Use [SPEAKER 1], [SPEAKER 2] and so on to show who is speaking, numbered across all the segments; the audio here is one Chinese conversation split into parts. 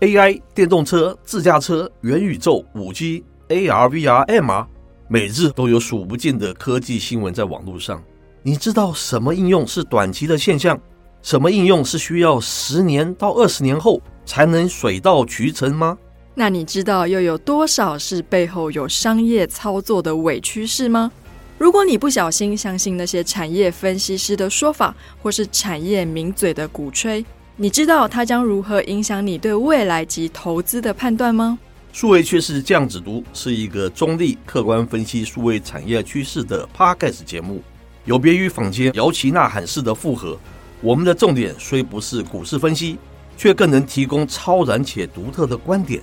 [SPEAKER 1] AI、电动车、自驾车、元宇宙、五 G、AR、VR、MR，每日都有数不尽的科技新闻在网络上。你知道什么应用是短期的现象？什么应用是需要十年到二十年后才能水到渠成吗？
[SPEAKER 2] 那你知道又有多少是背后有商业操作的伪趋势吗？如果你不小心相信那些产业分析师的说法，或是产业名嘴的鼓吹，你知道它将如何影响你对未来及投资的判断吗？
[SPEAKER 1] 数位趋势这样子读是一个中立、客观分析数位产业趋势的 podcast 节目，有别于坊间摇旗呐喊式的附和。我们的重点虽不是股市分析，却更能提供超然且独特的观点，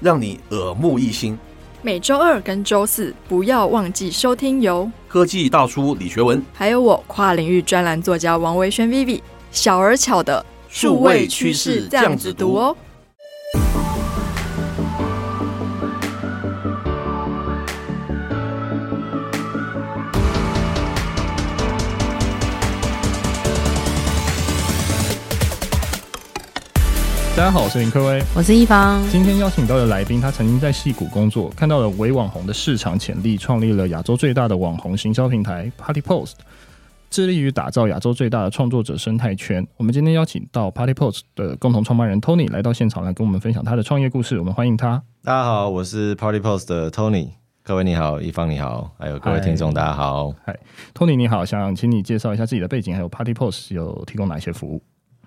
[SPEAKER 1] 让你耳目一新。
[SPEAKER 2] 每周二跟周四不要忘记收听由
[SPEAKER 1] 科技大叔李学文，
[SPEAKER 2] 还有我跨领域专栏作家王维轩 Vivi 小而巧的
[SPEAKER 1] 数位趋势这样子读哦。
[SPEAKER 3] 大家好，我是林科威。
[SPEAKER 4] 我是一方，
[SPEAKER 3] 今天邀请到的来宾，他曾经在戏谷工作，看到了微网红的市场潜力，创立了亚洲最大的网红行销平台 Party Post，致力于打造亚洲最大的创作者生态圈。我们今天邀请到 Party Post 的共同创办人 Tony 来到现场，来跟我们分享他的创业故事。我们欢迎他。
[SPEAKER 5] 大家好，我是 Party Post 的 Tony，各位你好，一方你好，还有各位
[SPEAKER 3] 嗨
[SPEAKER 5] 听众大家好。
[SPEAKER 3] Tony 你好，想请你介绍一下自己的背景，还有 Party Post 有提供哪些服务？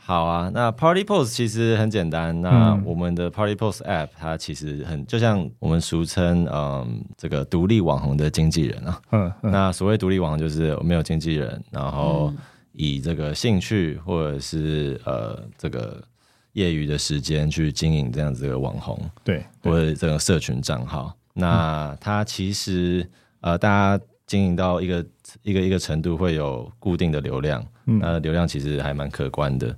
[SPEAKER 5] 好啊，那 Party Post 其实很简单，那
[SPEAKER 3] 嗯
[SPEAKER 5] 我们的 Party Post App 它其实很就像我们俗称嗯这个独立网红的经纪人啊。
[SPEAKER 3] 嗯嗯
[SPEAKER 5] 那所谓独立网红就是没有经纪人，然后以这个兴趣或者是呃这个业余的时间去经营这样子的网红。
[SPEAKER 3] 对，
[SPEAKER 5] 或者这个社群账号。那它其实呃，大家经营到一个一个一个程度，会有固定的流量，
[SPEAKER 3] 嗯
[SPEAKER 5] 那流量其实还蛮可观的。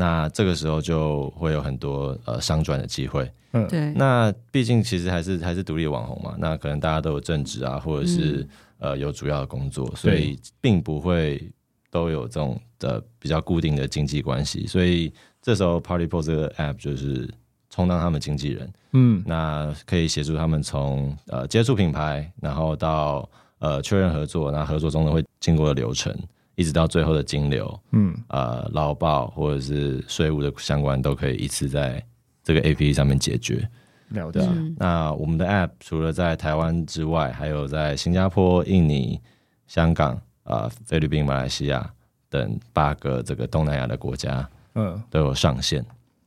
[SPEAKER 5] 那这个时候就会有很多呃商转的机会。
[SPEAKER 3] 嗯
[SPEAKER 4] 对，
[SPEAKER 5] 那毕竟其实还是还是独立网红嘛，那可能大家都有正职啊，或者是、
[SPEAKER 3] 嗯
[SPEAKER 5] 呃有主要的工作，所以并不会都有这种呃比较固定的经济关系。所以这时候 Party Post 这个 app 就是充当他们经纪人，
[SPEAKER 3] 嗯
[SPEAKER 5] 那可以协助他们从呃接触品牌，然后到呃确认合作，那合作中的会经过的流程，一直到最后的金流、
[SPEAKER 3] 嗯，
[SPEAKER 5] 呃劳保或者是税务的相关，都可以一次在这个 A P P 上面解决。
[SPEAKER 3] 了解
[SPEAKER 5] 对。啊，
[SPEAKER 4] 嗯
[SPEAKER 5] 那我们的 App 除了在台湾之外，还有在新加坡、印尼、香港、呃菲律宾、马来西亚等八个这个东南亚的国家
[SPEAKER 3] 嗯，
[SPEAKER 5] 都有上线。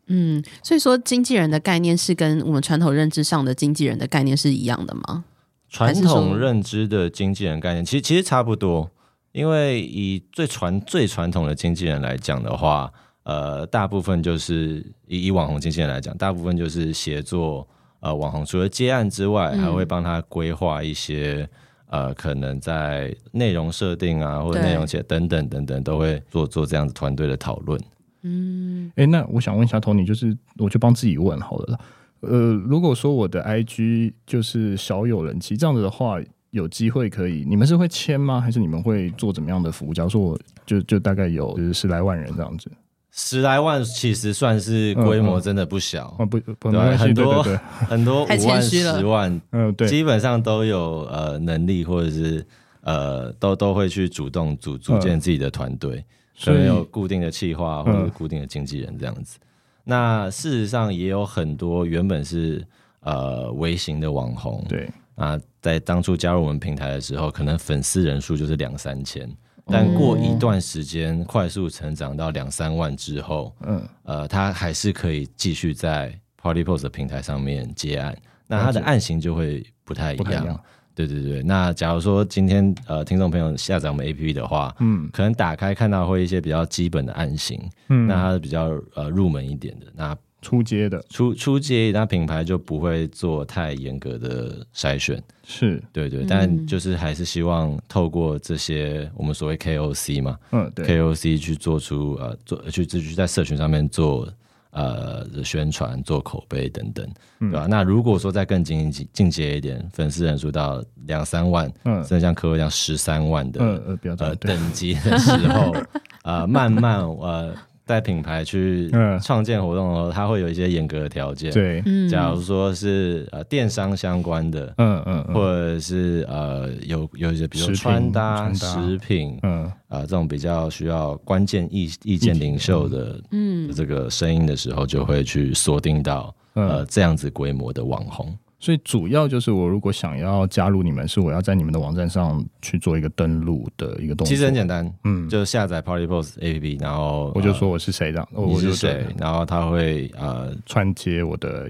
[SPEAKER 4] 嗯，所以说经纪人的概念是跟我们传统认知上的经纪人的概念是一样的吗？
[SPEAKER 5] 传
[SPEAKER 4] 还是说
[SPEAKER 5] 统认知的经纪人概念，其实其实差不多。因为以最传最传统的经纪人来讲的话，呃，大部分就是以以网红经纪人来讲，大部分就是协作呃网红，除了接案之外，
[SPEAKER 4] 嗯
[SPEAKER 5] 还会帮他规划一些、呃可能在内容设定啊，或者
[SPEAKER 4] 对
[SPEAKER 5] 内容写等等等等，都会做做这样子团队的讨论。
[SPEAKER 4] 嗯，
[SPEAKER 3] 诶，那我想问一下 Tony，就是我就帮自己问好了啦。呃，如果说我的 IG 就是小有人气这样子的话，有机会可以，你们是会签吗？还是你们会做怎么样的服务？假如说我就就大概有就是十来万人这样子，
[SPEAKER 5] 十来万其实算是规
[SPEAKER 3] 嗯
[SPEAKER 5] 模
[SPEAKER 3] 嗯
[SPEAKER 5] 真的不小，
[SPEAKER 3] 哦不不没
[SPEAKER 5] 对
[SPEAKER 3] 关系，
[SPEAKER 5] 很
[SPEAKER 3] 对对
[SPEAKER 5] 多
[SPEAKER 3] 对，
[SPEAKER 5] 很多五
[SPEAKER 4] 太谦
[SPEAKER 5] 万、
[SPEAKER 4] 虚了
[SPEAKER 5] 十万
[SPEAKER 3] 嗯对，
[SPEAKER 5] 基本上都有呃能力或者是呃都都会去主动组组建自己的团队，可
[SPEAKER 3] 所
[SPEAKER 5] 能有
[SPEAKER 3] 以
[SPEAKER 5] 固定的企划或者是固定的经纪人这样子。那事实上也有很多原本是呃微型的网红，
[SPEAKER 3] 对
[SPEAKER 5] 啊，在当初加入我们平台的时候，可能粉丝人数就是两三千，
[SPEAKER 3] 嗯
[SPEAKER 5] 但过一段时间快速成长到两三万之后，
[SPEAKER 3] 嗯
[SPEAKER 5] 呃，他还是可以继续在 Party Post 的平台上面接案，那他的案型就会不太一
[SPEAKER 3] 不太
[SPEAKER 5] 样。
[SPEAKER 3] 一样，
[SPEAKER 5] 对对对，那假如说今天呃听众朋友下载我们 APP 的话，
[SPEAKER 3] 嗯
[SPEAKER 5] 可能打开看到会一些比较基本的案型，
[SPEAKER 3] 嗯，
[SPEAKER 5] 那它是比较呃入门一点的，那
[SPEAKER 3] 出街的
[SPEAKER 5] 初初阶那品牌就不会做太严格的筛选。
[SPEAKER 3] 是
[SPEAKER 5] 对对，但就是还是希望透过这些我们所谓 KOC 嘛，
[SPEAKER 3] 嗯对
[SPEAKER 5] KOC 去做出呃做去去去在社群上面做呃宣传、做口碑等等，
[SPEAKER 3] 嗯
[SPEAKER 5] 对吧、那如果说再更进进阶一点，粉丝人数到两三万，
[SPEAKER 3] 嗯
[SPEAKER 5] 甚至像科威这样十三万的、
[SPEAKER 3] 嗯呃不要这
[SPEAKER 5] 呃
[SPEAKER 3] 样对
[SPEAKER 5] 等级的时候，呃慢慢呃。带品牌去
[SPEAKER 3] 嗯
[SPEAKER 5] 创建活动的时候，它会有一些严格的条件。，
[SPEAKER 3] 对，
[SPEAKER 4] 嗯
[SPEAKER 5] 假如说是呃电商相关的，
[SPEAKER 3] 嗯嗯嗯
[SPEAKER 5] 或者是呃有有一些比如
[SPEAKER 3] 食
[SPEAKER 5] 说
[SPEAKER 3] 品
[SPEAKER 5] 穿搭、
[SPEAKER 3] 穿搭
[SPEAKER 5] 食品
[SPEAKER 3] 嗯，
[SPEAKER 5] 啊、呃这种比较需要关键意意见领袖的
[SPEAKER 4] 嗯，
[SPEAKER 5] 这个声音的时候，就会去锁定到呃
[SPEAKER 3] 嗯，
[SPEAKER 5] 这样子规模的网红。
[SPEAKER 3] 所以主要就是我如果想要加入你们，是我要在你们的网站上去做一个登录的一个动作。
[SPEAKER 5] 其实很简单，
[SPEAKER 3] 嗯，
[SPEAKER 5] 就下载 Party Boss A P P，然后
[SPEAKER 3] 我就
[SPEAKER 5] 呃
[SPEAKER 3] 说我是谁这样，我
[SPEAKER 5] 你
[SPEAKER 3] 我就是
[SPEAKER 5] 谁，然后他会呃，
[SPEAKER 3] 串接我的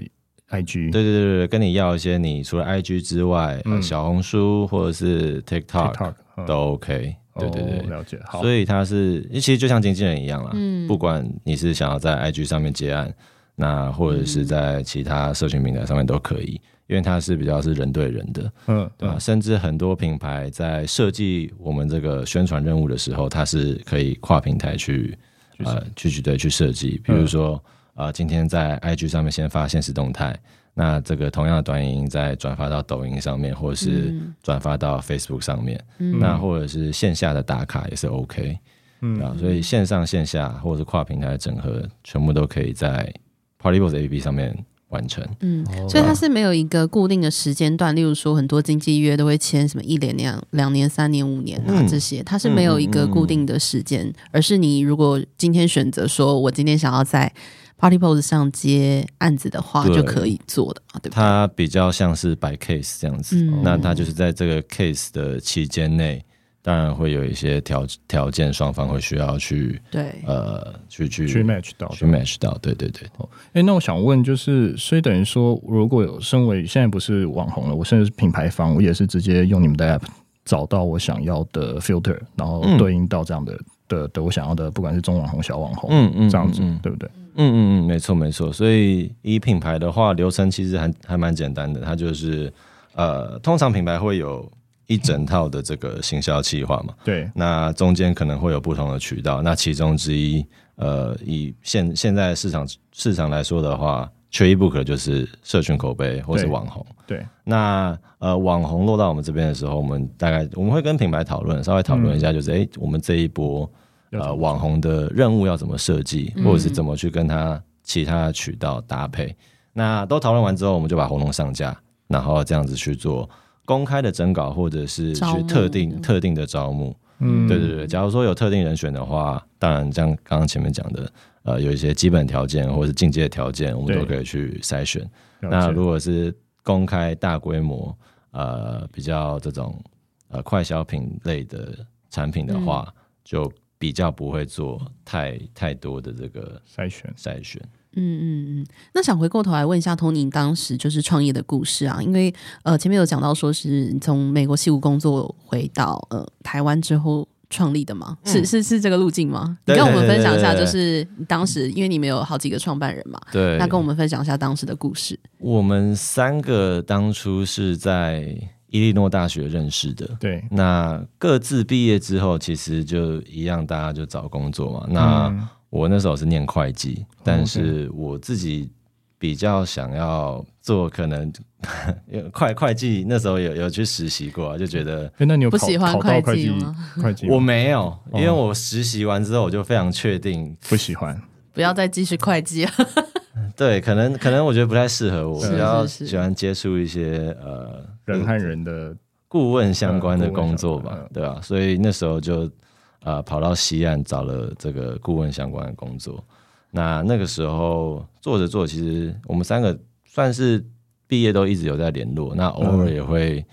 [SPEAKER 3] IG，
[SPEAKER 5] 对对对对，跟你要一些你除了 IG 之外，呃
[SPEAKER 3] 嗯
[SPEAKER 5] 小红书或者是 TikTok
[SPEAKER 3] ，TikTok，嗯
[SPEAKER 5] 都 OK。对对
[SPEAKER 3] 哦
[SPEAKER 5] 对，
[SPEAKER 3] 了解。好，
[SPEAKER 5] 所以他是其实就像经纪人一样啦，
[SPEAKER 4] 嗯
[SPEAKER 5] 不管你是想要在 IG 上面接案，那或者是在其他社群平台上面都可以，因为它是比较是人对人的，
[SPEAKER 3] 嗯，
[SPEAKER 5] 对啊吧？
[SPEAKER 3] 嗯
[SPEAKER 5] 甚至很多品牌在设计我们这个宣传任务的时候，它是可以跨平台去
[SPEAKER 3] 嗯
[SPEAKER 5] 呃去去对去设计，比如说、呃今天在 IG 上面先发现实动态，那这个同样的短影音再转发到抖音上面，或是
[SPEAKER 4] 嗯
[SPEAKER 5] 转发到 Facebook 上面，
[SPEAKER 4] 嗯
[SPEAKER 5] 那或者是线下的打卡也是 OK，
[SPEAKER 3] 嗯
[SPEAKER 5] 啊，所以线上线下或者是跨平台的整合，全部都可以在 Partybox APP 上面完成。
[SPEAKER 4] 嗯，
[SPEAKER 5] 哦
[SPEAKER 4] 所以它是没有一个固定的时间段，例如说很多经纪约都会签什么一年、两两年、三年、五年啊、
[SPEAKER 5] 嗯
[SPEAKER 4] 这些，它是没有一个固定的时间，而是你如果今天选择说我今天想要在 Party Pose 上接案子的话，
[SPEAKER 5] 对
[SPEAKER 4] 就可以做的嘛，对不对？
[SPEAKER 5] 它比较像是 by case 这样子，
[SPEAKER 4] 嗯
[SPEAKER 5] 那它就是在这个 case 的期间内，当然会有一些条条件，双方会需要去
[SPEAKER 4] 对，
[SPEAKER 5] 呃去去
[SPEAKER 3] 去 match 到的
[SPEAKER 5] 去 match 到，对对对，
[SPEAKER 3] 哎、那我想问，就是，所以等于说，如果有身为现在不是网红了，我甚至是品牌方，我也是直接用你们的 app 找到我想要的 filter，然后
[SPEAKER 5] 嗯
[SPEAKER 3] 对应到这样的、的的我想要的，不管是中网红、小网红，
[SPEAKER 5] 嗯嗯
[SPEAKER 3] 这样子，
[SPEAKER 5] 嗯
[SPEAKER 3] 对不对？
[SPEAKER 5] 嗯嗯嗯，没错没错。所以以品牌的话，流程其实还还蛮简单的，它就是呃，通常品牌会有一整套的这个行销计划嘛，
[SPEAKER 3] 对，
[SPEAKER 5] 那中间可能会有不同的渠道，那其中之一，呃，以现现在市场市场来说的话，缺一不可就是社群口碑或是
[SPEAKER 3] 对
[SPEAKER 5] 网红。
[SPEAKER 3] 对，
[SPEAKER 5] 那呃，网红落到我们这边的时候，我们大概我们会跟品牌讨论，稍微讨论一下，就是诶，我们这一波
[SPEAKER 3] 要怎
[SPEAKER 5] 呃
[SPEAKER 3] 么
[SPEAKER 5] 网红的任务要怎么设计，
[SPEAKER 4] 嗯
[SPEAKER 5] 或者是怎么去跟它其他的渠道搭配。那都讨论完之后，我们就把活动上架，然后这样子去做公开的征稿，或者是
[SPEAKER 4] 招
[SPEAKER 5] 去
[SPEAKER 4] 募
[SPEAKER 5] 特定
[SPEAKER 4] 嗯
[SPEAKER 5] 特定的招募。
[SPEAKER 3] 嗯
[SPEAKER 5] 对对对，假如说有特定人选的话，当然像刚刚前面讲的，呃，有一些基本条件或者是进阶条件，我们都
[SPEAKER 3] 对
[SPEAKER 5] 可以去筛选。那
[SPEAKER 3] 了解
[SPEAKER 5] 如果是公开大规模，呃，比较这种呃快消品类的产品的话，
[SPEAKER 3] 嗯
[SPEAKER 5] 就比较不会做太太多的这个
[SPEAKER 3] 筛选，
[SPEAKER 5] 筛选。
[SPEAKER 4] 嗯嗯嗯，那想回过头来问一下 Tony 当时就是创业的故事啊，因为呃前面有讲到说是你从美国西谷工作回到呃台湾之后创立的嘛，是是是这个路径吗？你
[SPEAKER 5] 嗯对
[SPEAKER 4] 跟我们分享一下，
[SPEAKER 5] 对对对
[SPEAKER 4] 就是你当时因为你们有好几个创办人嘛，
[SPEAKER 5] 对
[SPEAKER 4] 那跟我们分享一下当时的故事。
[SPEAKER 5] 我们三个当初是在伊利诺大学认识的，
[SPEAKER 3] 对，
[SPEAKER 5] 那各自毕业之后，其实就一样，大家就找工作嘛。那、
[SPEAKER 3] 嗯
[SPEAKER 5] 我那时候是念会计，
[SPEAKER 4] 哦
[SPEAKER 5] 但是我自己比较想要做，可能 因为会会计那时候有有去实习过、啊，就觉得
[SPEAKER 3] 哎、那你有
[SPEAKER 4] 不
[SPEAKER 3] 考
[SPEAKER 4] 喜欢
[SPEAKER 3] 考到
[SPEAKER 4] 会
[SPEAKER 3] 会
[SPEAKER 4] 计
[SPEAKER 3] 计
[SPEAKER 4] 吗？哦
[SPEAKER 3] 会计吗
[SPEAKER 5] 我没有，因为我实习完之后我就非常确定，
[SPEAKER 3] 不喜欢，
[SPEAKER 5] 嗯
[SPEAKER 4] 不要再继续会计了，
[SPEAKER 5] 对，可能可能我觉得不太适合我，
[SPEAKER 4] 是
[SPEAKER 5] 比较
[SPEAKER 4] 是是
[SPEAKER 5] 喜欢接触一些呃
[SPEAKER 3] 人和人的，
[SPEAKER 5] 顾问相关的工作
[SPEAKER 3] 嗯顾问
[SPEAKER 5] 吧
[SPEAKER 3] 相关，
[SPEAKER 5] 对吧、啊所以那时候就呃跑到西岸找了这个顾问相关的工作。那那个时候做着做，其实我们三个算是毕业都一直有在联络，那偶尔
[SPEAKER 3] 嗯
[SPEAKER 5] 也会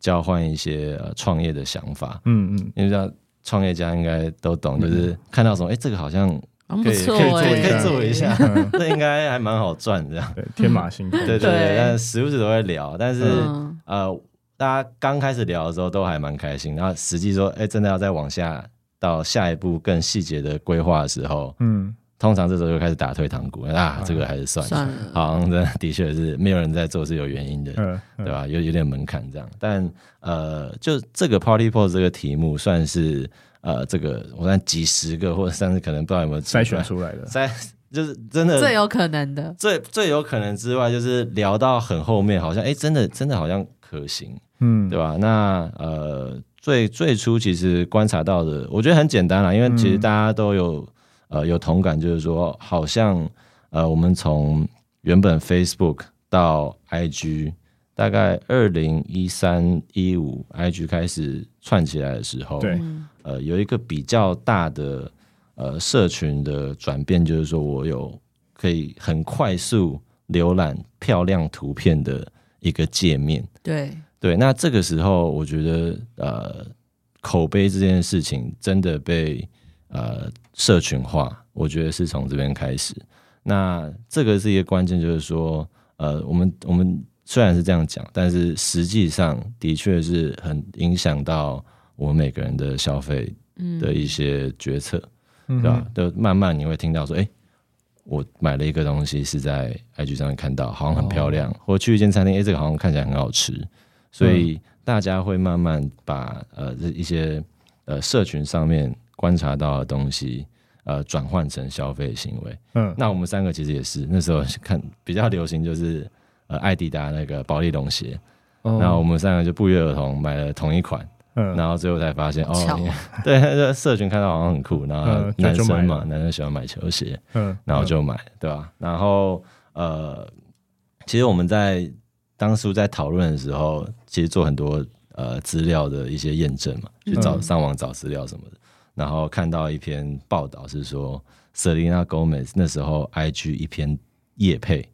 [SPEAKER 5] 交换一些呃创业的想法。
[SPEAKER 3] 嗯嗯，
[SPEAKER 5] 因为知道创业家应该都懂，就是看到什么，哎、这个好像欸
[SPEAKER 4] 蛮不
[SPEAKER 5] 可以
[SPEAKER 4] 错
[SPEAKER 5] 可以做
[SPEAKER 4] 哎、
[SPEAKER 5] 可以做一下，
[SPEAKER 3] 嗯
[SPEAKER 5] 那应该还蛮好赚这样。
[SPEAKER 3] 对，天马行空，
[SPEAKER 5] 对对
[SPEAKER 4] 对
[SPEAKER 5] 对，但时不时都会聊，但是。
[SPEAKER 4] 嗯，
[SPEAKER 5] 呃，大家刚开始聊的时候都还蛮开心，然后实际说，哎、真的要再往下到下一步更细节的规划的时候，
[SPEAKER 3] 嗯，
[SPEAKER 5] 通常这时候就开始打退堂鼓啊，这个还是算了，
[SPEAKER 4] 算了，
[SPEAKER 5] 好像真的的确是没有人在做是有原因的，
[SPEAKER 3] 嗯嗯，
[SPEAKER 5] 对吧？有有点门槛这样，但呃，就这个 Party Pose 这个题目算是呃，这个我算几十个或者甚至可能不知道有没有
[SPEAKER 3] 筛选出来的，
[SPEAKER 5] 筛，就是真的
[SPEAKER 4] 最有可能的，
[SPEAKER 5] 最最有可能之外，就是聊到很后面，好像哎、真的真的好像可行，
[SPEAKER 3] 嗯，
[SPEAKER 5] 对吧？那呃，最最初其实观察到的，我觉得很简单啦，因为其实大家都有、呃有同感，就是说好像呃我们从原本 Facebook 到 IG，大概二零一三一五 IG 开始串起来的时候，
[SPEAKER 3] 对，
[SPEAKER 4] 嗯
[SPEAKER 5] 呃，有一个比较大的呃社群的转变，就是说我有可以很快速浏览漂亮图片的一个界面。
[SPEAKER 4] 对，
[SPEAKER 5] 对，那这个时候我觉得呃，口碑这件事情真的被呃社群化，我觉得是从这边开始。那这个是一个关键，就是说呃，我们我们虽然是这样讲，但是实际上的确是很影响到我们每个人的消费
[SPEAKER 4] 嗯，
[SPEAKER 5] 的一些决策，
[SPEAKER 3] 嗯
[SPEAKER 5] 对吧？就慢慢你会听到说，哎、我买了一个东西是在 IG 上面看到，好像很漂
[SPEAKER 3] 哦
[SPEAKER 5] 亮，或去一间餐厅，哎、这个好像看起来很好吃，所
[SPEAKER 3] 嗯
[SPEAKER 5] 以大家会慢慢把呃这一些呃社群上面观察到的东西。呃，转换成消费行为。
[SPEAKER 3] 嗯，
[SPEAKER 5] 那我们三个其实也是，那时候看比较流行就是呃，艾迪达那个保利龙鞋，
[SPEAKER 3] 哦
[SPEAKER 5] 然后我们三个就不约而同买了同一款，
[SPEAKER 3] 嗯
[SPEAKER 5] 然后最后才发现哦
[SPEAKER 4] 巧，
[SPEAKER 5] 对，这社群看到好像很酷，然后
[SPEAKER 3] 嗯
[SPEAKER 5] 男
[SPEAKER 3] 就就买
[SPEAKER 5] 生嘛
[SPEAKER 3] 了，
[SPEAKER 5] 男生喜欢买球鞋，
[SPEAKER 3] 嗯，
[SPEAKER 5] 然后就买，对吧？然后呃，其实我们在当初在讨论的时候，其实做很多呃资料的一些验证嘛，去找
[SPEAKER 3] 嗯
[SPEAKER 5] 上网找资料什么的，然后看到一篇报道是说，Selena Gomez 那时候 IG 一篇夜配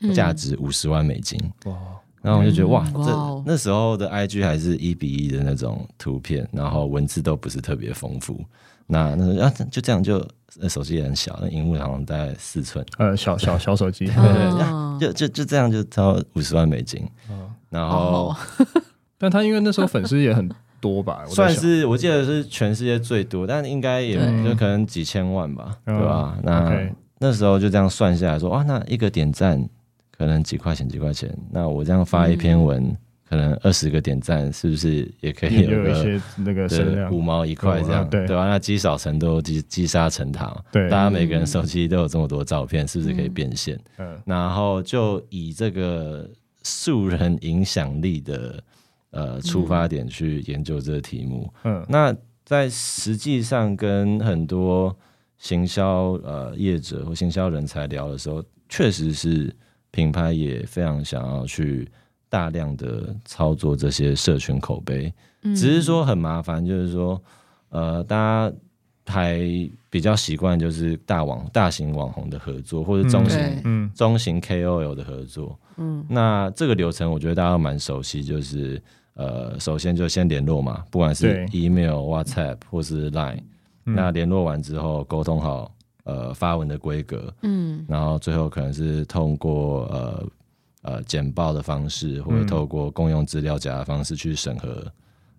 [SPEAKER 3] 嗯
[SPEAKER 5] 价值五十万美金，
[SPEAKER 3] 哇，
[SPEAKER 5] 然后我就觉得
[SPEAKER 4] 嗯
[SPEAKER 5] 哇，
[SPEAKER 4] 哇哦
[SPEAKER 5] 这那时候的 IG 还是一比一的那种图片，然后文字都不是特别丰富。那那时候啊，就这样就呃手机也很小，那荧幕好像大概四寸，
[SPEAKER 3] 呃，小小小手机，
[SPEAKER 5] 对对对
[SPEAKER 4] 啊
[SPEAKER 5] 就就就这样就超五十万美金，
[SPEAKER 3] 嗯
[SPEAKER 5] 然后
[SPEAKER 4] 哦
[SPEAKER 3] 但他因为那时候粉丝也很多吧，我在
[SPEAKER 5] 算
[SPEAKER 3] 想
[SPEAKER 5] 是我记得是全世界最多，但应该也
[SPEAKER 4] 对
[SPEAKER 5] 就可能几千万吧，
[SPEAKER 3] 嗯
[SPEAKER 5] 对吧？那
[SPEAKER 3] OK
[SPEAKER 5] 那时候就这样算下来说，哇，那一个点赞可能几块钱几块钱，那我这样发一篇文，可能二十个点赞，是不是也可以
[SPEAKER 3] 嗯也
[SPEAKER 5] 有
[SPEAKER 3] 有
[SPEAKER 5] 个
[SPEAKER 3] 一些那个声
[SPEAKER 5] 对，
[SPEAKER 3] 量
[SPEAKER 5] 五，毛一块这
[SPEAKER 3] 五毛
[SPEAKER 5] 样，
[SPEAKER 3] 对
[SPEAKER 5] 对吧、那积少成多，积积沙成塔嘛。
[SPEAKER 3] 对
[SPEAKER 5] 大家每个人手机都有这么多照片，是不是可以变现？
[SPEAKER 3] 嗯
[SPEAKER 5] 然后就以这个素人影响力的呃出发点去研究这个题目。
[SPEAKER 3] 嗯
[SPEAKER 5] 那在实际上跟很多行销呃业者或行销人才聊的时候，确实是品牌也非常想要去大量的操作这些社群口碑。
[SPEAKER 4] 嗯
[SPEAKER 5] 只是说很麻烦，就是说，呃，大家还比较习惯就是大网大型网红的合作，或者中型、
[SPEAKER 4] 对
[SPEAKER 3] 嗯
[SPEAKER 5] 中型 KOL 的合作。
[SPEAKER 4] 嗯
[SPEAKER 5] 那这个流程，我觉得大家都蛮熟悉，就是呃，首先就先联络嘛，不管是
[SPEAKER 3] 对
[SPEAKER 5] email、WhatsApp 或是 Line，、
[SPEAKER 3] 嗯
[SPEAKER 5] 那联络完之后沟通好呃发文的规格，
[SPEAKER 4] 嗯
[SPEAKER 5] 然后最后可能是通过呃呃简报的方式，或者
[SPEAKER 3] 嗯
[SPEAKER 5] 透过共用资料夹的方式去审核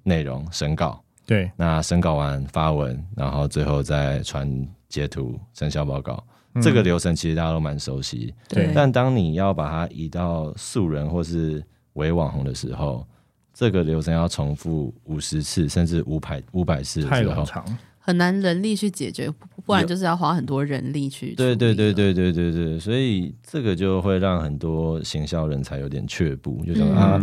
[SPEAKER 5] 内容、审稿。
[SPEAKER 3] 对，
[SPEAKER 5] 那审稿完发文，然后最后再传截图、生效报告，
[SPEAKER 3] 嗯
[SPEAKER 5] 这个流程其实大家都蛮熟悉。
[SPEAKER 3] 对
[SPEAKER 5] 但当你要把它移到素人或是伪网红的时候，这个流程要重复五十次甚至五百五百次的
[SPEAKER 3] 太
[SPEAKER 5] 时
[SPEAKER 3] 冗
[SPEAKER 5] 候，
[SPEAKER 3] 长，
[SPEAKER 4] 很难人力去解决，不不然就是要花很多人力去。
[SPEAKER 5] 对对对，对对对对，所以这个就会让很多行销人才有点却步，就想、
[SPEAKER 4] 嗯
[SPEAKER 5] 啊，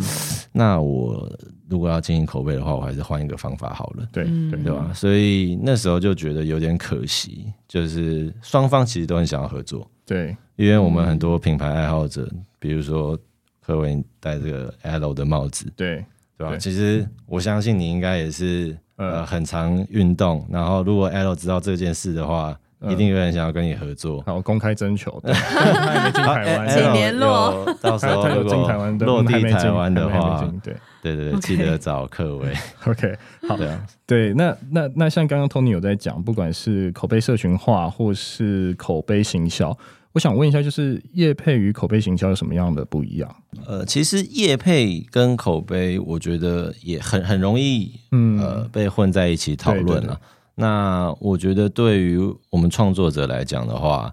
[SPEAKER 5] 那我如果要经营口碑的话，我还是换一个方法好了。
[SPEAKER 3] 对
[SPEAKER 4] 嗯
[SPEAKER 3] 对
[SPEAKER 5] 对吧？所以那时候就觉得有点可惜，就是双方其实都很想要合作，
[SPEAKER 3] 对，
[SPEAKER 5] 因为我们很多品牌爱好者，比如说柯文戴这个 L 的帽子，
[SPEAKER 3] 对，
[SPEAKER 5] 对吧？
[SPEAKER 3] 对
[SPEAKER 5] 其实我相信你应该也是呃
[SPEAKER 3] 呃，
[SPEAKER 5] 很常运动，然后如果 L 知道这件事的话，
[SPEAKER 3] 嗯
[SPEAKER 5] 一定会很想要跟你合作。
[SPEAKER 3] 好，公开征 求，对他 还没进
[SPEAKER 5] 好
[SPEAKER 3] 台湾，
[SPEAKER 5] L
[SPEAKER 4] 请联络
[SPEAKER 5] 有到时
[SPEAKER 3] 他
[SPEAKER 5] 候
[SPEAKER 3] 哎他有
[SPEAKER 5] 如
[SPEAKER 3] 进
[SPEAKER 5] 果
[SPEAKER 3] 台湾，对
[SPEAKER 5] 落
[SPEAKER 3] 还
[SPEAKER 5] 地
[SPEAKER 3] 没进
[SPEAKER 5] 台湾的
[SPEAKER 3] 还没
[SPEAKER 5] 话
[SPEAKER 3] 进，对
[SPEAKER 5] 对对对，
[SPEAKER 4] OK
[SPEAKER 5] 记得找客维。
[SPEAKER 3] ，OK，好
[SPEAKER 5] 对啊，
[SPEAKER 3] 对，那那那像刚刚 Tony 有在讲，不管是口碑社群化或是口碑行销，我想问一下，就是业配与口碑行销有什么样的不一样？
[SPEAKER 5] 呃，其实业配跟口碑，我觉得也很很容易
[SPEAKER 3] 嗯，
[SPEAKER 5] 呃被混在一起讨论
[SPEAKER 3] 对对对
[SPEAKER 5] 了。那我觉得对于我们创作者来讲的话，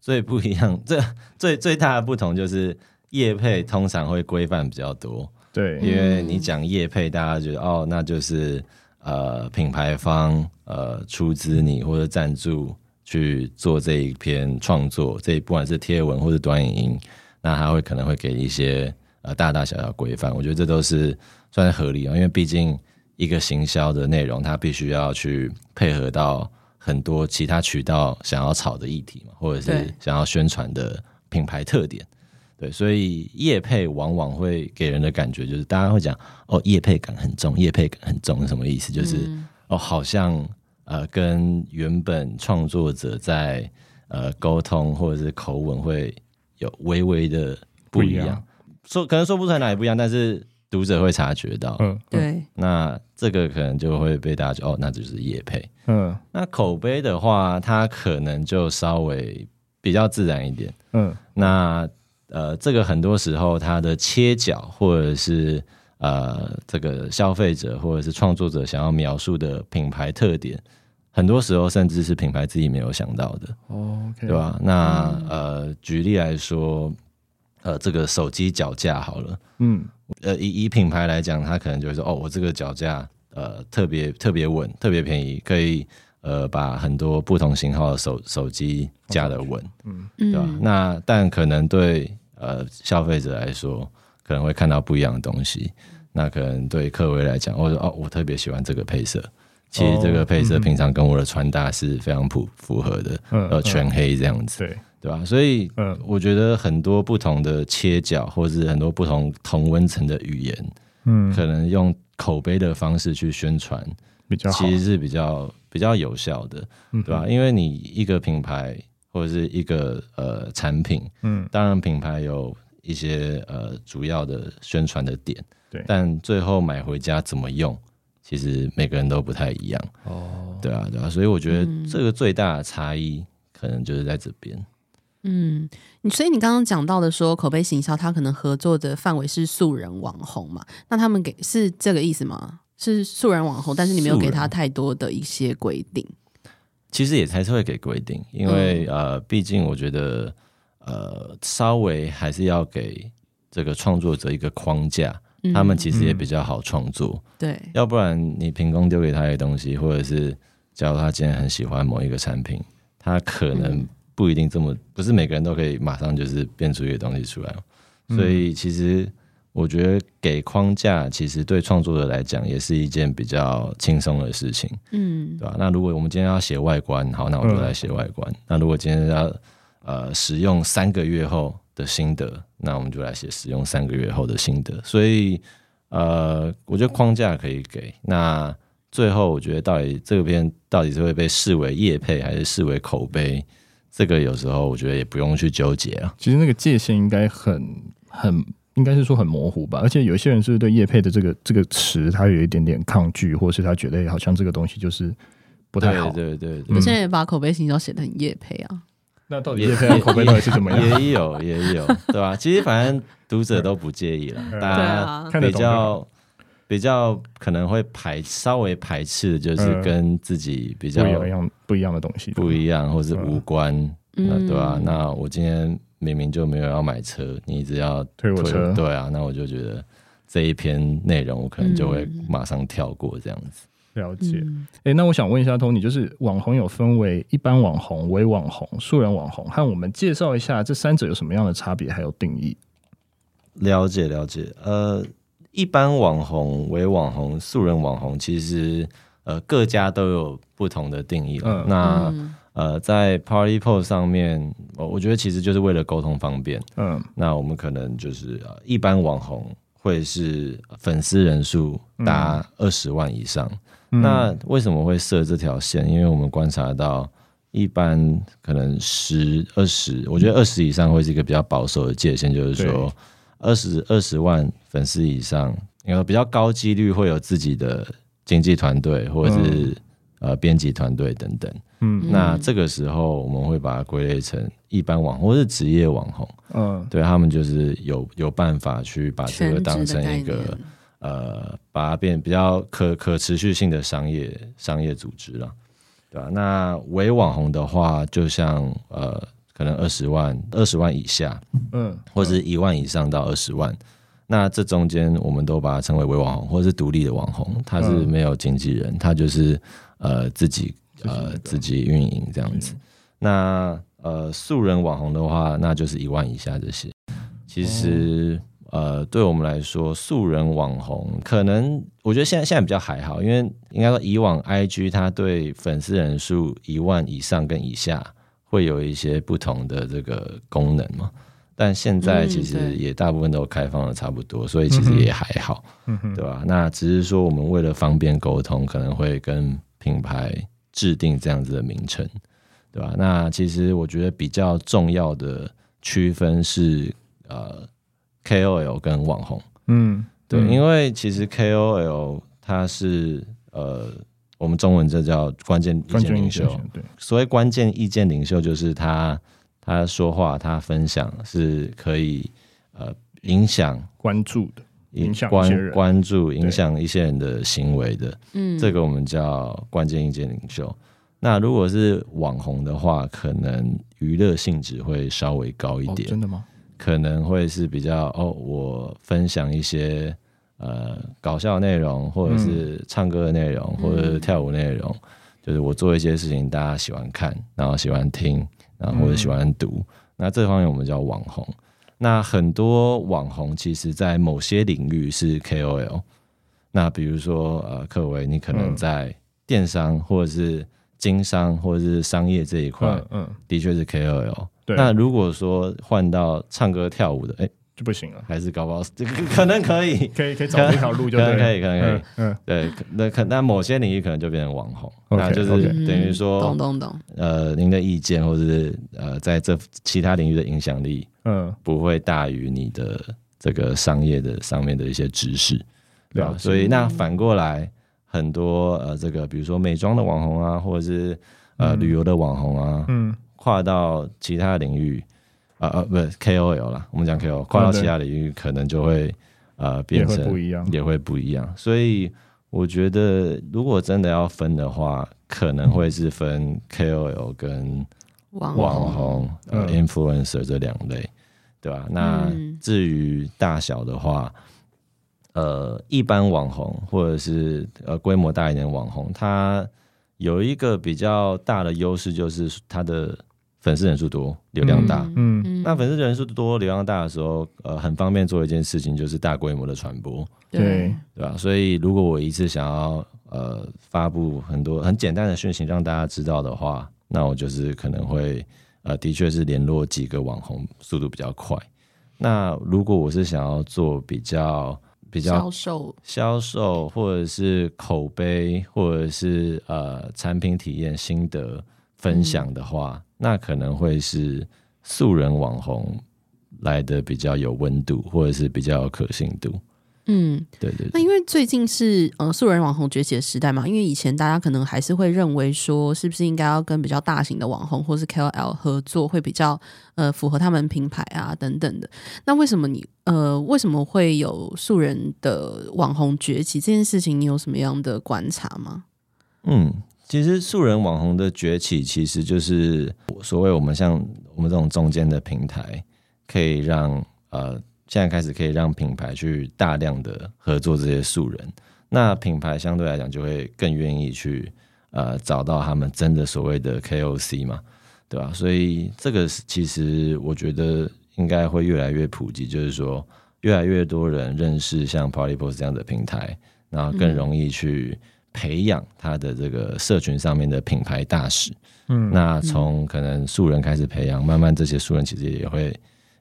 [SPEAKER 5] 最不一样、最最最大的不同就是业配通常会规范比较多，
[SPEAKER 3] 对，
[SPEAKER 5] 因为你讲业配，大家觉得哦，那就是呃品牌方呃出资你或者赞助去做这一篇创作，这一不管是贴文或是短影音，那他会可能会给一些呃大大小小的规范，我觉得这都是算是哦合理的，因为毕竟一个行销的内容，它必须要去配合到。很多其他渠道想要炒的议题嘛，或者是
[SPEAKER 4] 对
[SPEAKER 5] 想要宣传的品牌特点。对，所以业配往往会给人的感觉就是，大家会讲哦，业配感很重，业配感很重是什么意思？就是、哦，好像呃，跟原本创作者在呃沟通或者是口吻会有微微的不一
[SPEAKER 3] 不一
[SPEAKER 5] 样
[SPEAKER 3] 样，
[SPEAKER 5] 说可能说不出来哪里不一样，但是读者会察觉到。
[SPEAKER 3] 嗯，
[SPEAKER 4] 对，
[SPEAKER 5] 那这个可能就会被大家觉得哦，那这就是业配。
[SPEAKER 3] 嗯
[SPEAKER 5] 那口碑的话，它可能就稍微比较自然一点。
[SPEAKER 3] 嗯
[SPEAKER 5] 那呃，这个很多时候它的切角或者是呃，这个消费者或者是创作者想要描述的品牌特点，很多时候甚至是品牌自己没有想到的，
[SPEAKER 3] 哦，OK，
[SPEAKER 5] 对？吧？那呃，举例来说，呃，这个手机脚架好了，
[SPEAKER 3] 嗯
[SPEAKER 5] 呃，以以品牌来讲，它可能就会说，哦，我这个脚架呃特别特别稳，特别便宜，可以呃把很多不同型号的手手机架得稳。
[SPEAKER 3] 嗯，
[SPEAKER 4] 嗯，
[SPEAKER 5] 对吧？啊那但可能对呃消费者来说，可能会看到不一样的东西。那可能对客维来讲，或者哦，我特别喜欢这个配色，其实这
[SPEAKER 3] 哦
[SPEAKER 5] 个配色
[SPEAKER 3] 嗯
[SPEAKER 5] 平常跟我的穿搭是非常符符合的，
[SPEAKER 3] 嗯
[SPEAKER 5] 呃，全黑这样子，
[SPEAKER 3] 对，
[SPEAKER 5] 对吧？所以
[SPEAKER 3] 嗯
[SPEAKER 5] 我觉得很多不同的切角，或是很多不同同温层的语言，
[SPEAKER 3] 嗯，
[SPEAKER 5] 可能用口碑的方式去宣传，
[SPEAKER 3] 比较好，
[SPEAKER 5] 其实是比较比较有效的。
[SPEAKER 3] 嗯
[SPEAKER 5] 对吧、？因为你一个品牌或者是一个呃产品，
[SPEAKER 3] 嗯，
[SPEAKER 5] 当然品牌有一些呃主要的宣传的点，
[SPEAKER 3] 对
[SPEAKER 5] 但最后买回家怎么用，其实每个人都不太一样，
[SPEAKER 3] 哦，
[SPEAKER 5] 对啊，对啊，所以我觉
[SPEAKER 4] 嗯
[SPEAKER 5] 得这个最大的差异可能就是在这边，
[SPEAKER 4] 嗯，你所以你刚刚讲到的说口碑行销，它可能合作的范围是素人网红嘛？那他们给是这个意思吗？是素人网红，但是你没有
[SPEAKER 5] 素
[SPEAKER 4] 给
[SPEAKER 5] 人
[SPEAKER 4] 他太多的一些规定。
[SPEAKER 5] 其实也才是会给规定，因为、
[SPEAKER 4] 嗯
[SPEAKER 5] 呃，毕竟我觉得呃，稍微还是要给这个创作者一个框架，
[SPEAKER 4] 嗯
[SPEAKER 5] 他们其实也比较好创作。
[SPEAKER 4] 对，
[SPEAKER 5] 要不然你凭空丢给他一个东西，或者是假如他今天很喜欢某一个产品，他可能
[SPEAKER 4] 嗯
[SPEAKER 5] 不一定这么，不是每个人都可以马上就是变出一个东西出来嘛。
[SPEAKER 3] 嗯
[SPEAKER 5] 所以其实我觉得给框架，其实对创作者来讲也是一件比较轻松的事情，
[SPEAKER 4] 嗯
[SPEAKER 5] 对，吧？那如果我们今天要写外观，好，那我
[SPEAKER 3] 嗯
[SPEAKER 5] 就来写外观。那如果今天要呃使用三个月后的心得，那我们就来写使用三个月后的心得。所以呃，我觉得框架可以给。那最后，我觉得到底这边到底是会被视为业配还是视为口碑，这个有时候我觉得也不用去纠结啊。
[SPEAKER 3] 其实那个界限应该很很，应该是说很模糊吧。而且有些人是不是对叶配的这个这个词，他有一点点抗拒，或是他觉得好像这个东西就是不
[SPEAKER 5] 不
[SPEAKER 3] 太好。
[SPEAKER 5] 对对对对
[SPEAKER 4] 有些人也把口碑行销写的很业配啊。
[SPEAKER 3] 那到底
[SPEAKER 5] 也
[SPEAKER 3] 叶嗯配的口碑到底是怎么 样？
[SPEAKER 5] 也有也有，对吧、其实反正读者都不 介意了，大
[SPEAKER 4] 啊
[SPEAKER 5] 家
[SPEAKER 3] 看得
[SPEAKER 5] 比
[SPEAKER 3] 懂就好
[SPEAKER 5] 较比较可能会排稍微排斥的就是
[SPEAKER 3] 嗯
[SPEAKER 5] 跟自己比较
[SPEAKER 3] 不一样，不一样的东西。
[SPEAKER 5] 不一样，或是无关，
[SPEAKER 4] 嗯
[SPEAKER 5] 那对吧、那我今天明明就没有要买车，你一直要
[SPEAKER 3] 推我车
[SPEAKER 5] 对啊，那我就觉得这一篇内容我可能就会马上跳过这样子。
[SPEAKER 3] 了解。
[SPEAKER 4] 嗯
[SPEAKER 3] 诶，那我想问一下 Tony，就是网红有分为一般网红、微网红、素人网红，和我们介绍一下这三者有什么样的差别，还有定义。
[SPEAKER 5] 嗯了解了解，呃，一般网红、为网红、素人网红，其实呃各家都有不同的定义了。
[SPEAKER 3] 嗯
[SPEAKER 5] 那、
[SPEAKER 4] 嗯
[SPEAKER 5] 呃，在 Party Post 上面，哦我我觉得其实就是为了沟通方便。
[SPEAKER 3] 嗯
[SPEAKER 5] 那我们可能就是、呃、一般网红会是粉丝人数达二十万以上。
[SPEAKER 3] 嗯
[SPEAKER 5] 那为什么会设这条线？因为我们观察到，一般可能十、二十，我觉得二十以上会是一个比较保守的界限，就
[SPEAKER 3] 嗯
[SPEAKER 5] 是
[SPEAKER 3] 对
[SPEAKER 5] 说二十二十万粉丝以上，然后比较高几率会有自己的经纪团队或者是、呃编辑团队等等。
[SPEAKER 3] 嗯
[SPEAKER 5] 那这个时候我们会把它归类成一般网红或是职业网红，
[SPEAKER 3] 嗯
[SPEAKER 5] 对他们就是有有办法去把这个
[SPEAKER 4] 全
[SPEAKER 5] 当
[SPEAKER 4] 职的
[SPEAKER 5] 成
[SPEAKER 4] 概
[SPEAKER 5] 一个
[SPEAKER 4] 念，
[SPEAKER 5] 呃，把它变比较可可持续性的商业商业组织了，对吧、那伪网红的话，就像呃，可能二十万、二十万以下，
[SPEAKER 3] 嗯，
[SPEAKER 5] 或是一万以上到二十万，那这中间我们都把它称为伪网红，或是独立的网红，他是
[SPEAKER 3] 嗯
[SPEAKER 5] 没有经纪人，他就是呃自己呃
[SPEAKER 3] 嗯
[SPEAKER 5] 自己运营这样子。那呃素人网红的话，那就是一万以下这些。其实、
[SPEAKER 4] 哦
[SPEAKER 5] 呃，对我们来说，素人网红可能我觉得现在现在比较还好，因为应该说以往 IG 它对粉丝人数一万以上跟以下会有一些不同的这个功能嘛，但现在
[SPEAKER 4] 嗯
[SPEAKER 5] 其实
[SPEAKER 4] 对
[SPEAKER 5] 也大部分都开放的差不多，所以其实也还好，
[SPEAKER 3] 嗯哼
[SPEAKER 5] 对吧、那只是说我们为了方便沟通，可能会跟品牌制定这样子的名称，对吧、那其实我觉得比较重要的区分是呃 KOL 跟网红，
[SPEAKER 3] 嗯，
[SPEAKER 5] 对，
[SPEAKER 3] 嗯
[SPEAKER 5] 因为其实 KOL 它是呃我们中文这叫关键意
[SPEAKER 3] 冠
[SPEAKER 5] 见
[SPEAKER 3] 军
[SPEAKER 5] 领
[SPEAKER 3] 英
[SPEAKER 5] 袖，
[SPEAKER 3] 雄对，
[SPEAKER 5] 所谓关键意见领袖，就是他他说话他分享是可以呃影响。
[SPEAKER 3] 关注的，影响一些
[SPEAKER 5] 关
[SPEAKER 3] 人
[SPEAKER 5] 关注、影响一些人的行为的，
[SPEAKER 4] 嗯，
[SPEAKER 5] 这个我们叫关键意见领袖。那如果是网红的话，可能娱乐性质会稍微高一
[SPEAKER 3] 哦，
[SPEAKER 5] 点，
[SPEAKER 3] 真的吗？
[SPEAKER 5] 可能会是比较哦，我分享一些呃搞笑的内容，或者是唱歌的内容，
[SPEAKER 4] 嗯
[SPEAKER 5] 或者是跳舞内容，就是我做一些事情大家喜欢看，然后喜欢听，然后或
[SPEAKER 3] 嗯
[SPEAKER 5] 者喜欢读。那这方面我们叫网红。那很多网红其实，在某些领域是 KOL。那比如说呃，克维，你可能
[SPEAKER 3] 嗯
[SPEAKER 5] 在电商或者是经商或者是商业这一块，
[SPEAKER 3] 嗯嗯，
[SPEAKER 5] 的确是 KOL。
[SPEAKER 3] 对
[SPEAKER 5] 那如果说换到唱歌跳舞的，哎、
[SPEAKER 3] 就不行了，
[SPEAKER 5] 还是搞不好 可能可以，
[SPEAKER 3] 可以可以找这条路 就对了，
[SPEAKER 5] 可以可以可以可以
[SPEAKER 3] 嗯嗯
[SPEAKER 5] 对，可那可那某些领域可能就变成网红
[SPEAKER 3] OK，
[SPEAKER 5] 那就是
[SPEAKER 3] OK
[SPEAKER 5] 等于
[SPEAKER 4] 嗯
[SPEAKER 5] 说
[SPEAKER 4] 懂懂懂，
[SPEAKER 5] 呃，您的意见或者是呃，在这其他领域的影响力
[SPEAKER 3] 嗯，
[SPEAKER 5] 不会大于你的这个商业的上面的一些知识，对
[SPEAKER 3] 了
[SPEAKER 5] 吧？
[SPEAKER 3] 解
[SPEAKER 5] 所以那反过来，很多呃，这个比如说美妆的网红啊，或者是呃、
[SPEAKER 3] 嗯
[SPEAKER 5] 旅游的网红啊，
[SPEAKER 3] 嗯
[SPEAKER 5] 跨到其他领域，呃呃，不是 KOL 啦，我们讲 KOL，跨到其他领域可能就会呃
[SPEAKER 3] 也
[SPEAKER 5] 变
[SPEAKER 3] 会
[SPEAKER 5] 成
[SPEAKER 3] 不一样，
[SPEAKER 5] 也会不一样。所以我觉得，如果真的要分的话，可能会是分 KOL 跟
[SPEAKER 4] 网
[SPEAKER 5] 网红、呃
[SPEAKER 3] 嗯
[SPEAKER 5] influencer 这两类，对吧？那
[SPEAKER 4] 嗯
[SPEAKER 5] 至于大小的话，呃，一般网红或者是呃规模大一点的网红，他有一个比较大的优势就是他的粉丝人数多，流量大。
[SPEAKER 3] 嗯
[SPEAKER 4] 嗯，
[SPEAKER 5] 那粉丝人数多、流量大的时候，呃，很方便做一件事情，就是大规模的传播。
[SPEAKER 3] 对
[SPEAKER 5] 对吧、所以如果我一次想要呃发布很多很简单的讯息让大家知道的话，那我就是可能会呃的确是联络几个网红速度比较快。那如果我是想要做比较比较
[SPEAKER 4] 销售，
[SPEAKER 5] 销售或者是口碑或者是呃产品体验心得分享的
[SPEAKER 4] 嗯
[SPEAKER 5] 话，那可能会是素人网红来的比较有温度，或者是比较有可信度。
[SPEAKER 4] 嗯，
[SPEAKER 5] 对对对。
[SPEAKER 4] 那因为最近是呃素人网红崛起的时代嘛，因为以前大家可能还是会认为说，是不是应该要跟比较大型的网红或是 KOL 合作，会比较呃符合他们品牌啊等等的。那为什么你呃为什么会有素人的网红崛起这件事情？你有什么样的观察吗？
[SPEAKER 5] 嗯，其实素人网红的崛起，其实就是所谓我们像我们这种中间的平台，可以让呃现在开始可以让品牌去大量的合作这些素人，那品牌相对来讲就会更愿意去呃找到他们真的所谓的 KOC 嘛，对吧、所以这个是其实我觉得应该会越来越普及，就是说越来越多人认识像 Polypos 这样的平台，然后更容易去。培养他的这个社群上面的品牌大使。
[SPEAKER 3] 嗯
[SPEAKER 5] 那从可能素人开始培养，慢慢这些素人其实也会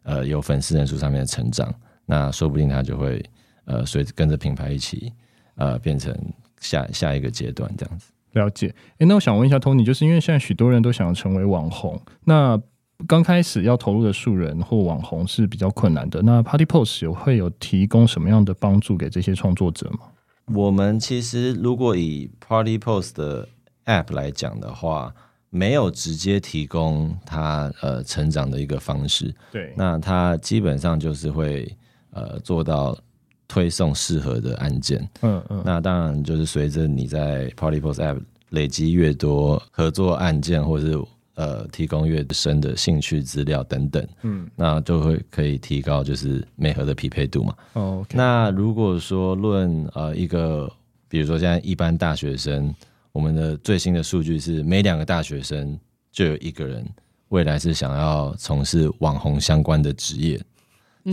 [SPEAKER 5] 呃有粉丝人数上面的成长，那说不定他就会呃随跟着品牌一起呃变成下下一个阶段这样子。
[SPEAKER 3] 了解。诶，那我想问一下 Tony，就是因为现在许多人都想要成为网红，那刚开始要投入的素人或网红是比较困难的。那 Party Post 有会有提供什么样的帮助给这些创作者吗？
[SPEAKER 5] 我们其实如果以 Party Post 的 App 来讲的话，没有直接提供他呃成长的一个方式，
[SPEAKER 3] 对
[SPEAKER 5] 那它基本上就是会呃做到推送适合的案件。
[SPEAKER 3] 嗯嗯
[SPEAKER 5] 那当然就是随着你在 Polypos App 累积越多合作案件，或是呃提供越深的兴趣资料等等，
[SPEAKER 3] 嗯
[SPEAKER 5] 那就会可以提高就是每盒的匹配度嘛。
[SPEAKER 3] 哦，OK，
[SPEAKER 5] 那如果说论呃一个，比如说现在一般大学生，我们的最新的数据是每两个大学生就有一个人未来是想要从事网红相关的职业，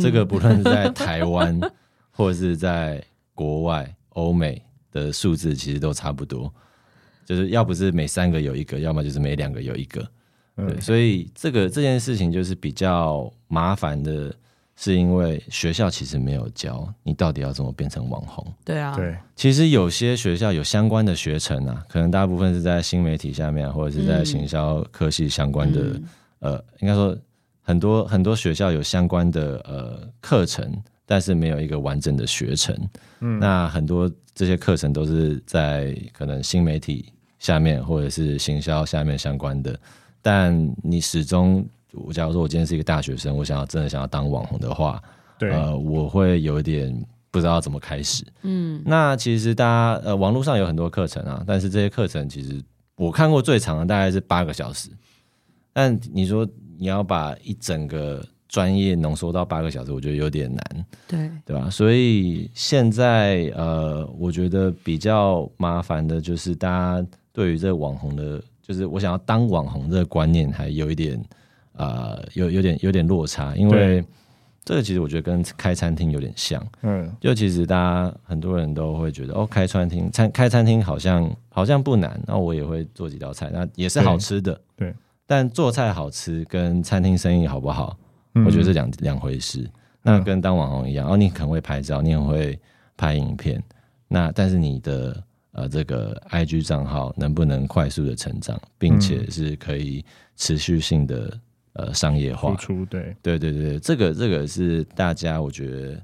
[SPEAKER 5] 这个不论是在台湾或者是在国外、欧美的数字，其实都差不多，就是要不是每三个有一个，要么就是每两个有一个。
[SPEAKER 3] 嗯
[SPEAKER 5] 对，所以这个这件事情就是比较麻烦的，是因为学校其实没有教你到底要怎么变成网红。
[SPEAKER 4] 对啊，
[SPEAKER 3] 对，
[SPEAKER 5] 其实有些学校有相关的学程啊，可能大部分是在新媒体下面啊，或者是在行销科系相关的，
[SPEAKER 4] 嗯
[SPEAKER 5] 呃，应该说很多很多学校有相关的呃课程，但是没有一个完整的学程。
[SPEAKER 3] 嗯
[SPEAKER 5] 那很多这些课程都是在可能新媒体下面或者是行销下面相关的，但你始终，我假如说我今天是一个大学生，我想要真的想要当网红的话，
[SPEAKER 3] 对，
[SPEAKER 5] 呃，我会有一点不知道怎么开始。
[SPEAKER 4] 嗯，
[SPEAKER 5] 那其实大家呃，网络上有很多课程啊，但是这些课程其实我看过最长的大概是八个小时。但你说你要把一整个专业浓缩到八个小时，我觉得有点难，
[SPEAKER 4] 对，
[SPEAKER 5] 对吧？所以现在呃，我觉得比较麻烦的就是大家对于这个网红的，就是我想要当网红这个观念还有一点呃，有有点有点落差，因为这个其实我觉得跟开餐厅有点像。
[SPEAKER 3] 嗯，
[SPEAKER 5] 就其实大家很多人都会觉得，哦，开餐厅餐开餐厅好像好像不难，那我也会做几道菜，那也是好吃的。
[SPEAKER 3] 对对
[SPEAKER 5] 但做菜好吃跟餐厅生意好不好，
[SPEAKER 3] 嗯
[SPEAKER 5] 我觉得是两两回事。那跟当网红一样，哦，你很会拍照，你很会拍影片，那但是你的呃这个 IG 账号能不能快速的成长，并且是可以持续性的呃商业化
[SPEAKER 3] 付，出对，
[SPEAKER 5] 对对对，这个这个是大家我觉得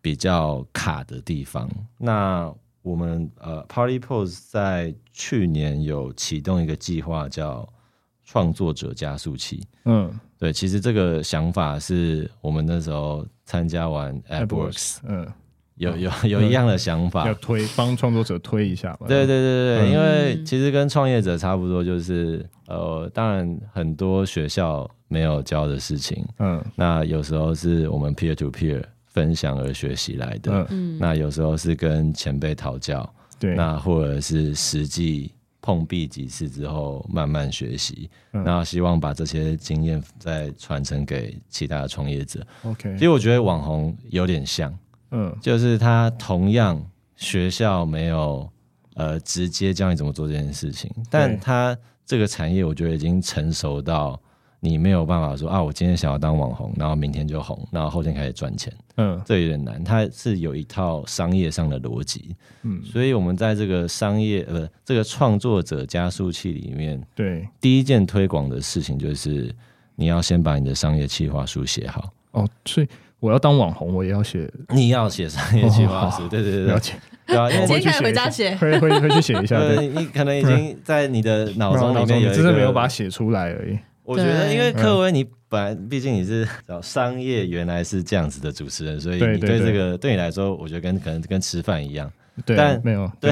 [SPEAKER 5] 比较卡的地方。那我们呃，Party Pose 在去年有启动一个计划，叫“创作者加速器
[SPEAKER 3] 嗯”。
[SPEAKER 5] 对，其实这个想法是我们那时候参加完 AppWorks
[SPEAKER 3] 嗯，
[SPEAKER 5] 有 有有一样的想法，
[SPEAKER 3] 要推帮创作者推一下嘛，
[SPEAKER 5] 对对对对，
[SPEAKER 3] 嗯
[SPEAKER 5] 因为其实跟创业者差不多，就是呃，当然很多学校没有教的事情，
[SPEAKER 3] 嗯，
[SPEAKER 5] 那有时候是我们 peer to peer 分享而学习来的，
[SPEAKER 3] 嗯
[SPEAKER 4] 嗯，
[SPEAKER 5] 那有时候是跟前辈讨教，
[SPEAKER 3] 对，
[SPEAKER 5] 那或者是实际碰壁几次之后慢慢学习，
[SPEAKER 3] 嗯
[SPEAKER 5] 那希望把这些经验再传承给其他的创业者。
[SPEAKER 3] OK，
[SPEAKER 5] 其实我觉得网红有点像，
[SPEAKER 3] 嗯
[SPEAKER 5] 就是他同样学校没有呃直接教你怎么做这件事情，但他这个产业我觉得已经成熟到你没有办法说啊，我今天想要当网红，然后明天就红，然后后天开始赚钱，
[SPEAKER 3] 嗯
[SPEAKER 5] 这有点难。它是有一套商业上的逻辑，
[SPEAKER 3] 嗯，
[SPEAKER 5] 所以我们在这个商业呃这个创作者加速器里面，
[SPEAKER 3] 对，
[SPEAKER 5] 第一件推广的事情就是你要先把你的商业企划书写好，
[SPEAKER 3] 哦，所以我要当网红，我也要写，
[SPEAKER 5] 你要写商业企划书，
[SPEAKER 3] 哦
[SPEAKER 5] 对对对
[SPEAKER 3] 了
[SPEAKER 5] 对，
[SPEAKER 3] 解，
[SPEAKER 5] 对啊，因为
[SPEAKER 4] 今
[SPEAKER 3] 会
[SPEAKER 4] 天
[SPEAKER 3] 去
[SPEAKER 4] 开始
[SPEAKER 3] 写
[SPEAKER 4] 回
[SPEAKER 3] 一
[SPEAKER 4] 家
[SPEAKER 3] 下
[SPEAKER 4] 写，
[SPEAKER 3] 会会会去写一下，
[SPEAKER 5] 呃，
[SPEAKER 3] 对，
[SPEAKER 5] 你可能已经在你的脑中里面
[SPEAKER 3] 你
[SPEAKER 5] 有一
[SPEAKER 3] 真的没有把它
[SPEAKER 5] 个，
[SPEAKER 3] 写出来而已，
[SPEAKER 5] 我觉得，
[SPEAKER 4] 对
[SPEAKER 5] 因为柯威你本来毕竟你是找商业原来是这样子的主持人，所以
[SPEAKER 3] 对
[SPEAKER 5] 你
[SPEAKER 3] 对
[SPEAKER 5] 对
[SPEAKER 3] 对
[SPEAKER 5] 这个对你来说，我觉得跟可能跟吃饭一样，
[SPEAKER 3] 对，
[SPEAKER 5] 但
[SPEAKER 3] 没有，
[SPEAKER 5] 对，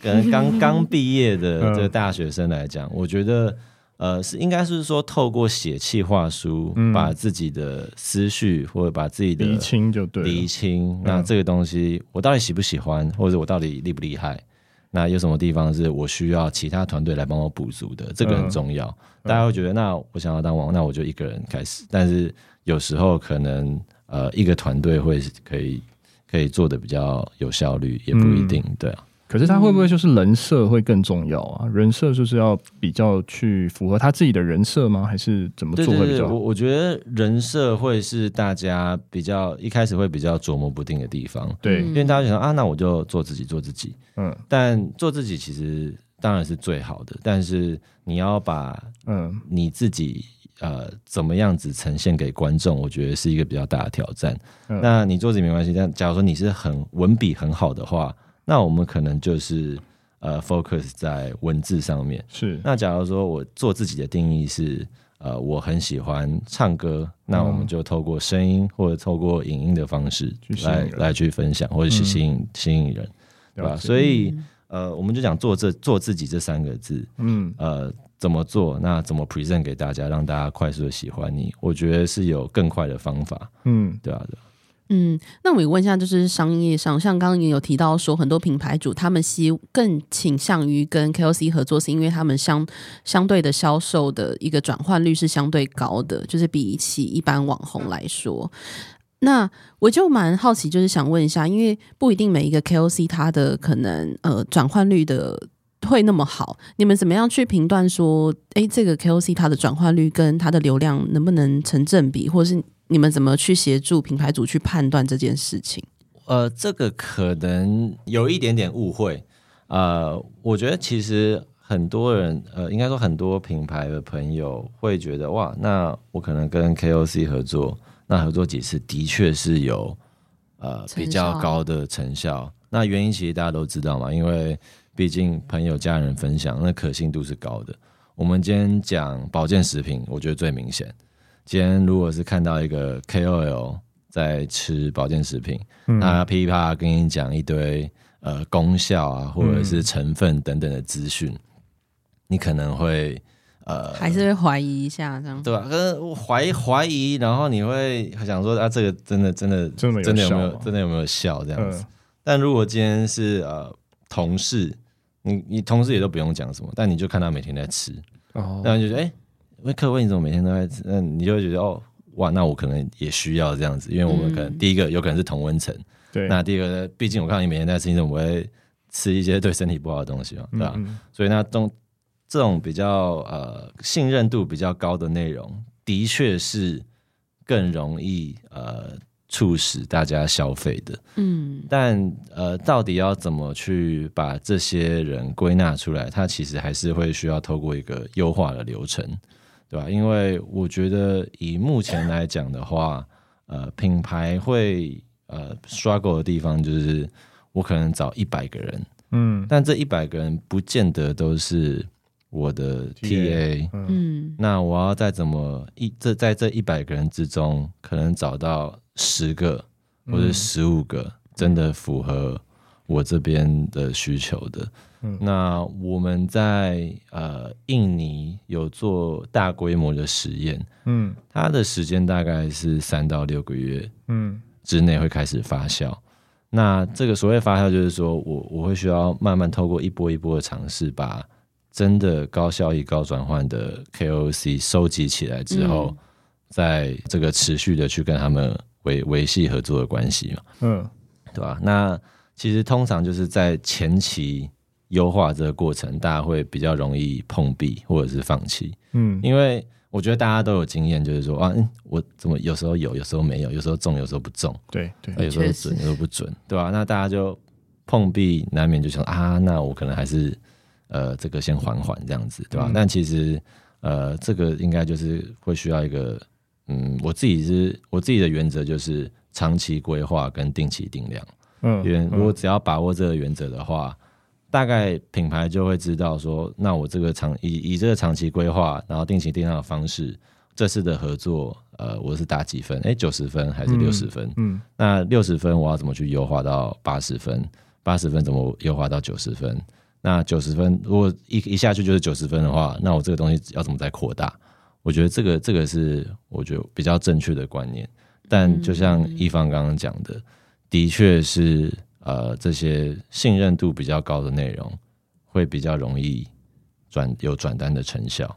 [SPEAKER 5] 可能 刚刚毕业的
[SPEAKER 3] 嗯
[SPEAKER 5] 这个大学生来讲，我觉得。呃，是应该是说透过写企划书，
[SPEAKER 3] 嗯
[SPEAKER 5] 把自己的思绪或者把自己的
[SPEAKER 3] 厘清就对
[SPEAKER 5] 厘
[SPEAKER 3] 了，
[SPEAKER 5] 清。那这个东西我到底喜不喜欢，或者我到底厉不厉害？那有什么地方是我需要其他团队来帮我补足的？这个很重要。
[SPEAKER 3] 嗯
[SPEAKER 5] 大家会觉得，那我想要当王，那我就一个人开始。但是有时候可能呃，一个团队会是可以可以做的比较有效率，也不一定。
[SPEAKER 3] 嗯
[SPEAKER 5] 对啊，
[SPEAKER 3] 可是他会不会就是人设会更重要啊？人设就是要比较去符合他自己的人设吗？还是怎么
[SPEAKER 5] 对
[SPEAKER 3] 做
[SPEAKER 5] 对
[SPEAKER 3] 会比
[SPEAKER 5] 对，
[SPEAKER 3] 较
[SPEAKER 5] 我
[SPEAKER 3] 好？
[SPEAKER 5] 我觉得人设会是大家比较一开始会比较琢磨不定的地方，
[SPEAKER 3] 对
[SPEAKER 5] 因
[SPEAKER 4] 嗯，
[SPEAKER 5] 为大家想啊，那我就做自己，做自己。
[SPEAKER 3] 嗯
[SPEAKER 5] 但做自己其实当然是最好的，但是你要把
[SPEAKER 3] 嗯，
[SPEAKER 5] 你自己呃怎么样子呈现给观众，我觉得是一个比较大的挑战。
[SPEAKER 3] 嗯
[SPEAKER 5] 那你做自己没关系，但假如说你是很文笔很好的话，那我们可能就是呃 focus 在文字上面。
[SPEAKER 3] 是，
[SPEAKER 5] 那假如说我做自己的定义是，呃，我很喜欢唱歌，那
[SPEAKER 3] 嗯
[SPEAKER 5] 我们就透过声音或者透过影音的方式
[SPEAKER 3] 去吸引
[SPEAKER 5] 来
[SPEAKER 3] 人嗯
[SPEAKER 5] 来去分享，或者是吸引、吸引人，对吧？
[SPEAKER 3] 了解
[SPEAKER 5] 所以呃，我们就讲做这做自己这三个字，
[SPEAKER 3] 嗯
[SPEAKER 5] 呃，怎么做？那怎么 present 给大家，让大家快速的喜欢你？我觉得是有更快的方法，
[SPEAKER 3] 嗯
[SPEAKER 5] 对吧、啊？对啊
[SPEAKER 4] 嗯，那我也问一下，就是商业上，像刚刚也有提到说，很多品牌主他们希更倾向于跟 KOC 合作，是因为他们相相对的销售的一个转换率是相对高的，就是比起一般网红来说。那我就蛮好奇，就是想问一下，因为不一定每一个 KOC 它的可能呃转换率的会那么好，你们怎么样去评断说，诶，这个 KOC 它的转换率跟它的流量能不能成正比，或是你们怎么去协助品牌主去判断这件事情？
[SPEAKER 5] 呃，这个可能有一点点误会。呃，我觉得其实很多人，呃，应该说很多品牌的朋友会觉得，哇，那我可能跟 KOC 合作，那合作几次的确是有呃
[SPEAKER 4] 成效
[SPEAKER 5] 比较高的成效。那原因其实大家都知道嘛，因为毕竟朋友、家人分享，那可信度是高的。我们今天讲保健食品，我觉得最明显。今天如果是看到一个 KOL 在吃保健食品，
[SPEAKER 3] 嗯
[SPEAKER 5] 那噼里啪啦跟你讲一堆呃功效啊，或者是成分等等的资讯，你可能会呃
[SPEAKER 4] 还是会怀疑一下这样？
[SPEAKER 5] 嗯对吧？可是我怀疑怀疑，然后你会想说啊，这个真的真的
[SPEAKER 3] 真的有
[SPEAKER 5] 真的有
[SPEAKER 3] 效
[SPEAKER 5] 没有
[SPEAKER 3] 吗
[SPEAKER 5] 真的有没有效这样子？
[SPEAKER 3] 嗯
[SPEAKER 5] 但如果今天是呃同事，你你同事也都不用讲什么，但你就看他每天在吃，
[SPEAKER 3] 哦，
[SPEAKER 5] 那你就觉得哎，喂、客威你怎么每天都在吃？那你就会觉得哦。哇，那我可能也需要这样子，因为我们可能、
[SPEAKER 4] 嗯
[SPEAKER 5] 第一个有可能是同温层，
[SPEAKER 3] 对，
[SPEAKER 5] 那第一个呢，毕竟我看到你每天在吃，你怎么会吃一些对身体不好的东西嘛？对吧？啊
[SPEAKER 3] 嗯
[SPEAKER 5] 所以那种这种比较呃信任度比较高的内容，的确是更容易呃促使大家消费的。
[SPEAKER 4] 嗯，
[SPEAKER 5] 但呃，到底要怎么去把这些人归纳出来？它其实还是会需要透过一个优化的流程，对吧？因为我觉得以目前来讲的话，呃，品牌会呃 struggle 的地方就是，我可能找一百个人，
[SPEAKER 3] 嗯
[SPEAKER 5] 但这一百个人不见得都是我的
[SPEAKER 3] TA
[SPEAKER 5] TA。
[SPEAKER 3] 嗯
[SPEAKER 4] 嗯
[SPEAKER 5] 那我要再怎么一这在这一百个人之中，可能找到十个或
[SPEAKER 3] 嗯
[SPEAKER 5] 者十五个真的符合我这边的需求的。
[SPEAKER 3] 嗯
[SPEAKER 5] 那我们在呃印尼有做大规模的实验，
[SPEAKER 3] 嗯
[SPEAKER 5] 它的时间大概是三到六个月
[SPEAKER 3] 嗯
[SPEAKER 5] 之内会开始发酵。那这个所谓发酵，就是说我我会需要慢慢透过一波一波的尝试，把真的高效益、高转换的 KOC 收集起来之后，
[SPEAKER 4] 嗯
[SPEAKER 5] 在这个持续的去跟他们维维系合作的关系嘛。
[SPEAKER 3] 嗯
[SPEAKER 5] 对吧、那其实通常就是在前期优化这个过程，大家会比较容易碰壁或者是放弃，
[SPEAKER 3] 嗯
[SPEAKER 5] 因为我觉得大家都有经验，就是说啊、嗯，我怎么有时候有，有时候没有，有时候中，有时候不中，
[SPEAKER 3] 对对
[SPEAKER 5] 有时候
[SPEAKER 4] 嗯确实
[SPEAKER 5] 准，有时候不准，对吧、那大家就碰壁，难免就想啊，那我可能还是呃这个先缓缓这样子，对吧、
[SPEAKER 3] 嗯
[SPEAKER 5] 但其实呃这个应该就是会需要一个嗯，我自己是我自己的原则就是长期规划跟定期定量。
[SPEAKER 3] 嗯，
[SPEAKER 5] 原如果
[SPEAKER 3] 嗯
[SPEAKER 5] 只要把握这个原则的话，大概品牌就会知道说，那我这个长以以这个长期规划，然后定期定量的方式，这次的合作，呃，我是打几分？哎，九十分还是
[SPEAKER 3] 嗯
[SPEAKER 5] 六十分？
[SPEAKER 3] 嗯
[SPEAKER 5] 那六十分我要怎么去优化到八十分？八十分怎么优化到九十分？那九十分如果一一下去就是九十分的话，那我这个东西要怎么再扩大？我觉得这个这个是我觉得比较正确的观念。但就像一方刚刚讲的，的确是呃这些信任度比较高的内容会比较容易转有转单的成效。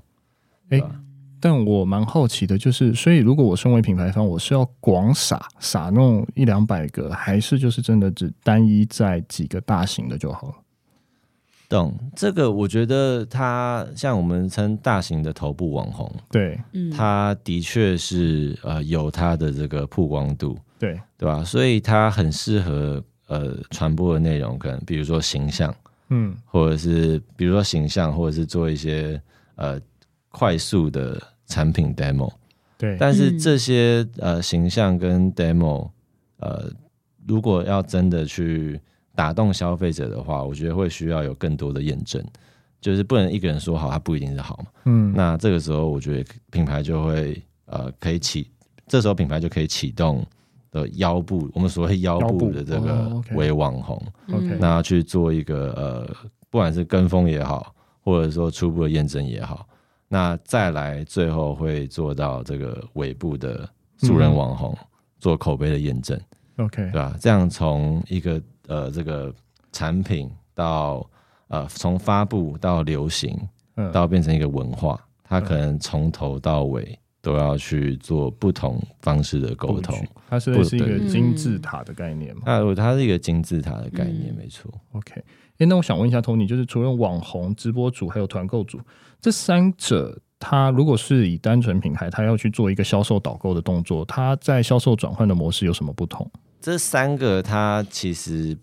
[SPEAKER 3] 哎，但我蛮好奇的，就是所以如果我身为品牌方，我是要广撒撒弄一两百个，还是就是真的只单一在几个大型的就好了？
[SPEAKER 5] 懂这个，我觉得它像我们称大型的头部网红，
[SPEAKER 3] 对
[SPEAKER 4] 嗯，
[SPEAKER 5] 它的确是呃有它的这个曝光度，
[SPEAKER 3] 对，
[SPEAKER 5] 对吧？所以它很适合呃传播的内容，可能比如说形象，
[SPEAKER 3] 嗯
[SPEAKER 5] 或者是比如说形象，或者是做一些呃快速的产品 demo。
[SPEAKER 3] 对，
[SPEAKER 5] 但是
[SPEAKER 4] 嗯
[SPEAKER 5] 这些呃形象跟 demo，呃，如果要真的去打动消费者的话，我觉得会需要有更多的验证，就是不能一个人说好，它不一定是好嘛。
[SPEAKER 3] 嗯
[SPEAKER 5] 那这个时候，我觉得品牌就会呃可以启，这时候品牌就可以启动的腰部，我们所谓腰部的这
[SPEAKER 3] 腰部哦
[SPEAKER 5] 个
[SPEAKER 3] ，OK
[SPEAKER 5] 为网红，
[SPEAKER 3] OK
[SPEAKER 4] 嗯
[SPEAKER 5] 那去做一个呃，不管是跟风也好，或者说初步的验证也好，那再来最后会做到这个尾部的素人网红、做口碑的验证，
[SPEAKER 3] OK
[SPEAKER 5] 对啊吧？这样从一个呃这个产品到呃从发布到流行，
[SPEAKER 3] 嗯
[SPEAKER 5] 到变成一个文化，它可能从头到尾都要去做不同方式的沟通
[SPEAKER 3] 布。局它是
[SPEAKER 5] 不
[SPEAKER 3] 是一个
[SPEAKER 5] 对
[SPEAKER 3] 金字塔的概念嘛、
[SPEAKER 5] 那我它是一个金字塔的概念，
[SPEAKER 4] 嗯
[SPEAKER 5] 没错。
[SPEAKER 3] o k 哎、那我想问一下 Tony，就是除了网红、直播主还有团购主这三者，它如果是以单纯品牌，它要去做一个销售导购的动作，它在销售转换的模式有什么不同？
[SPEAKER 5] 这三个它其实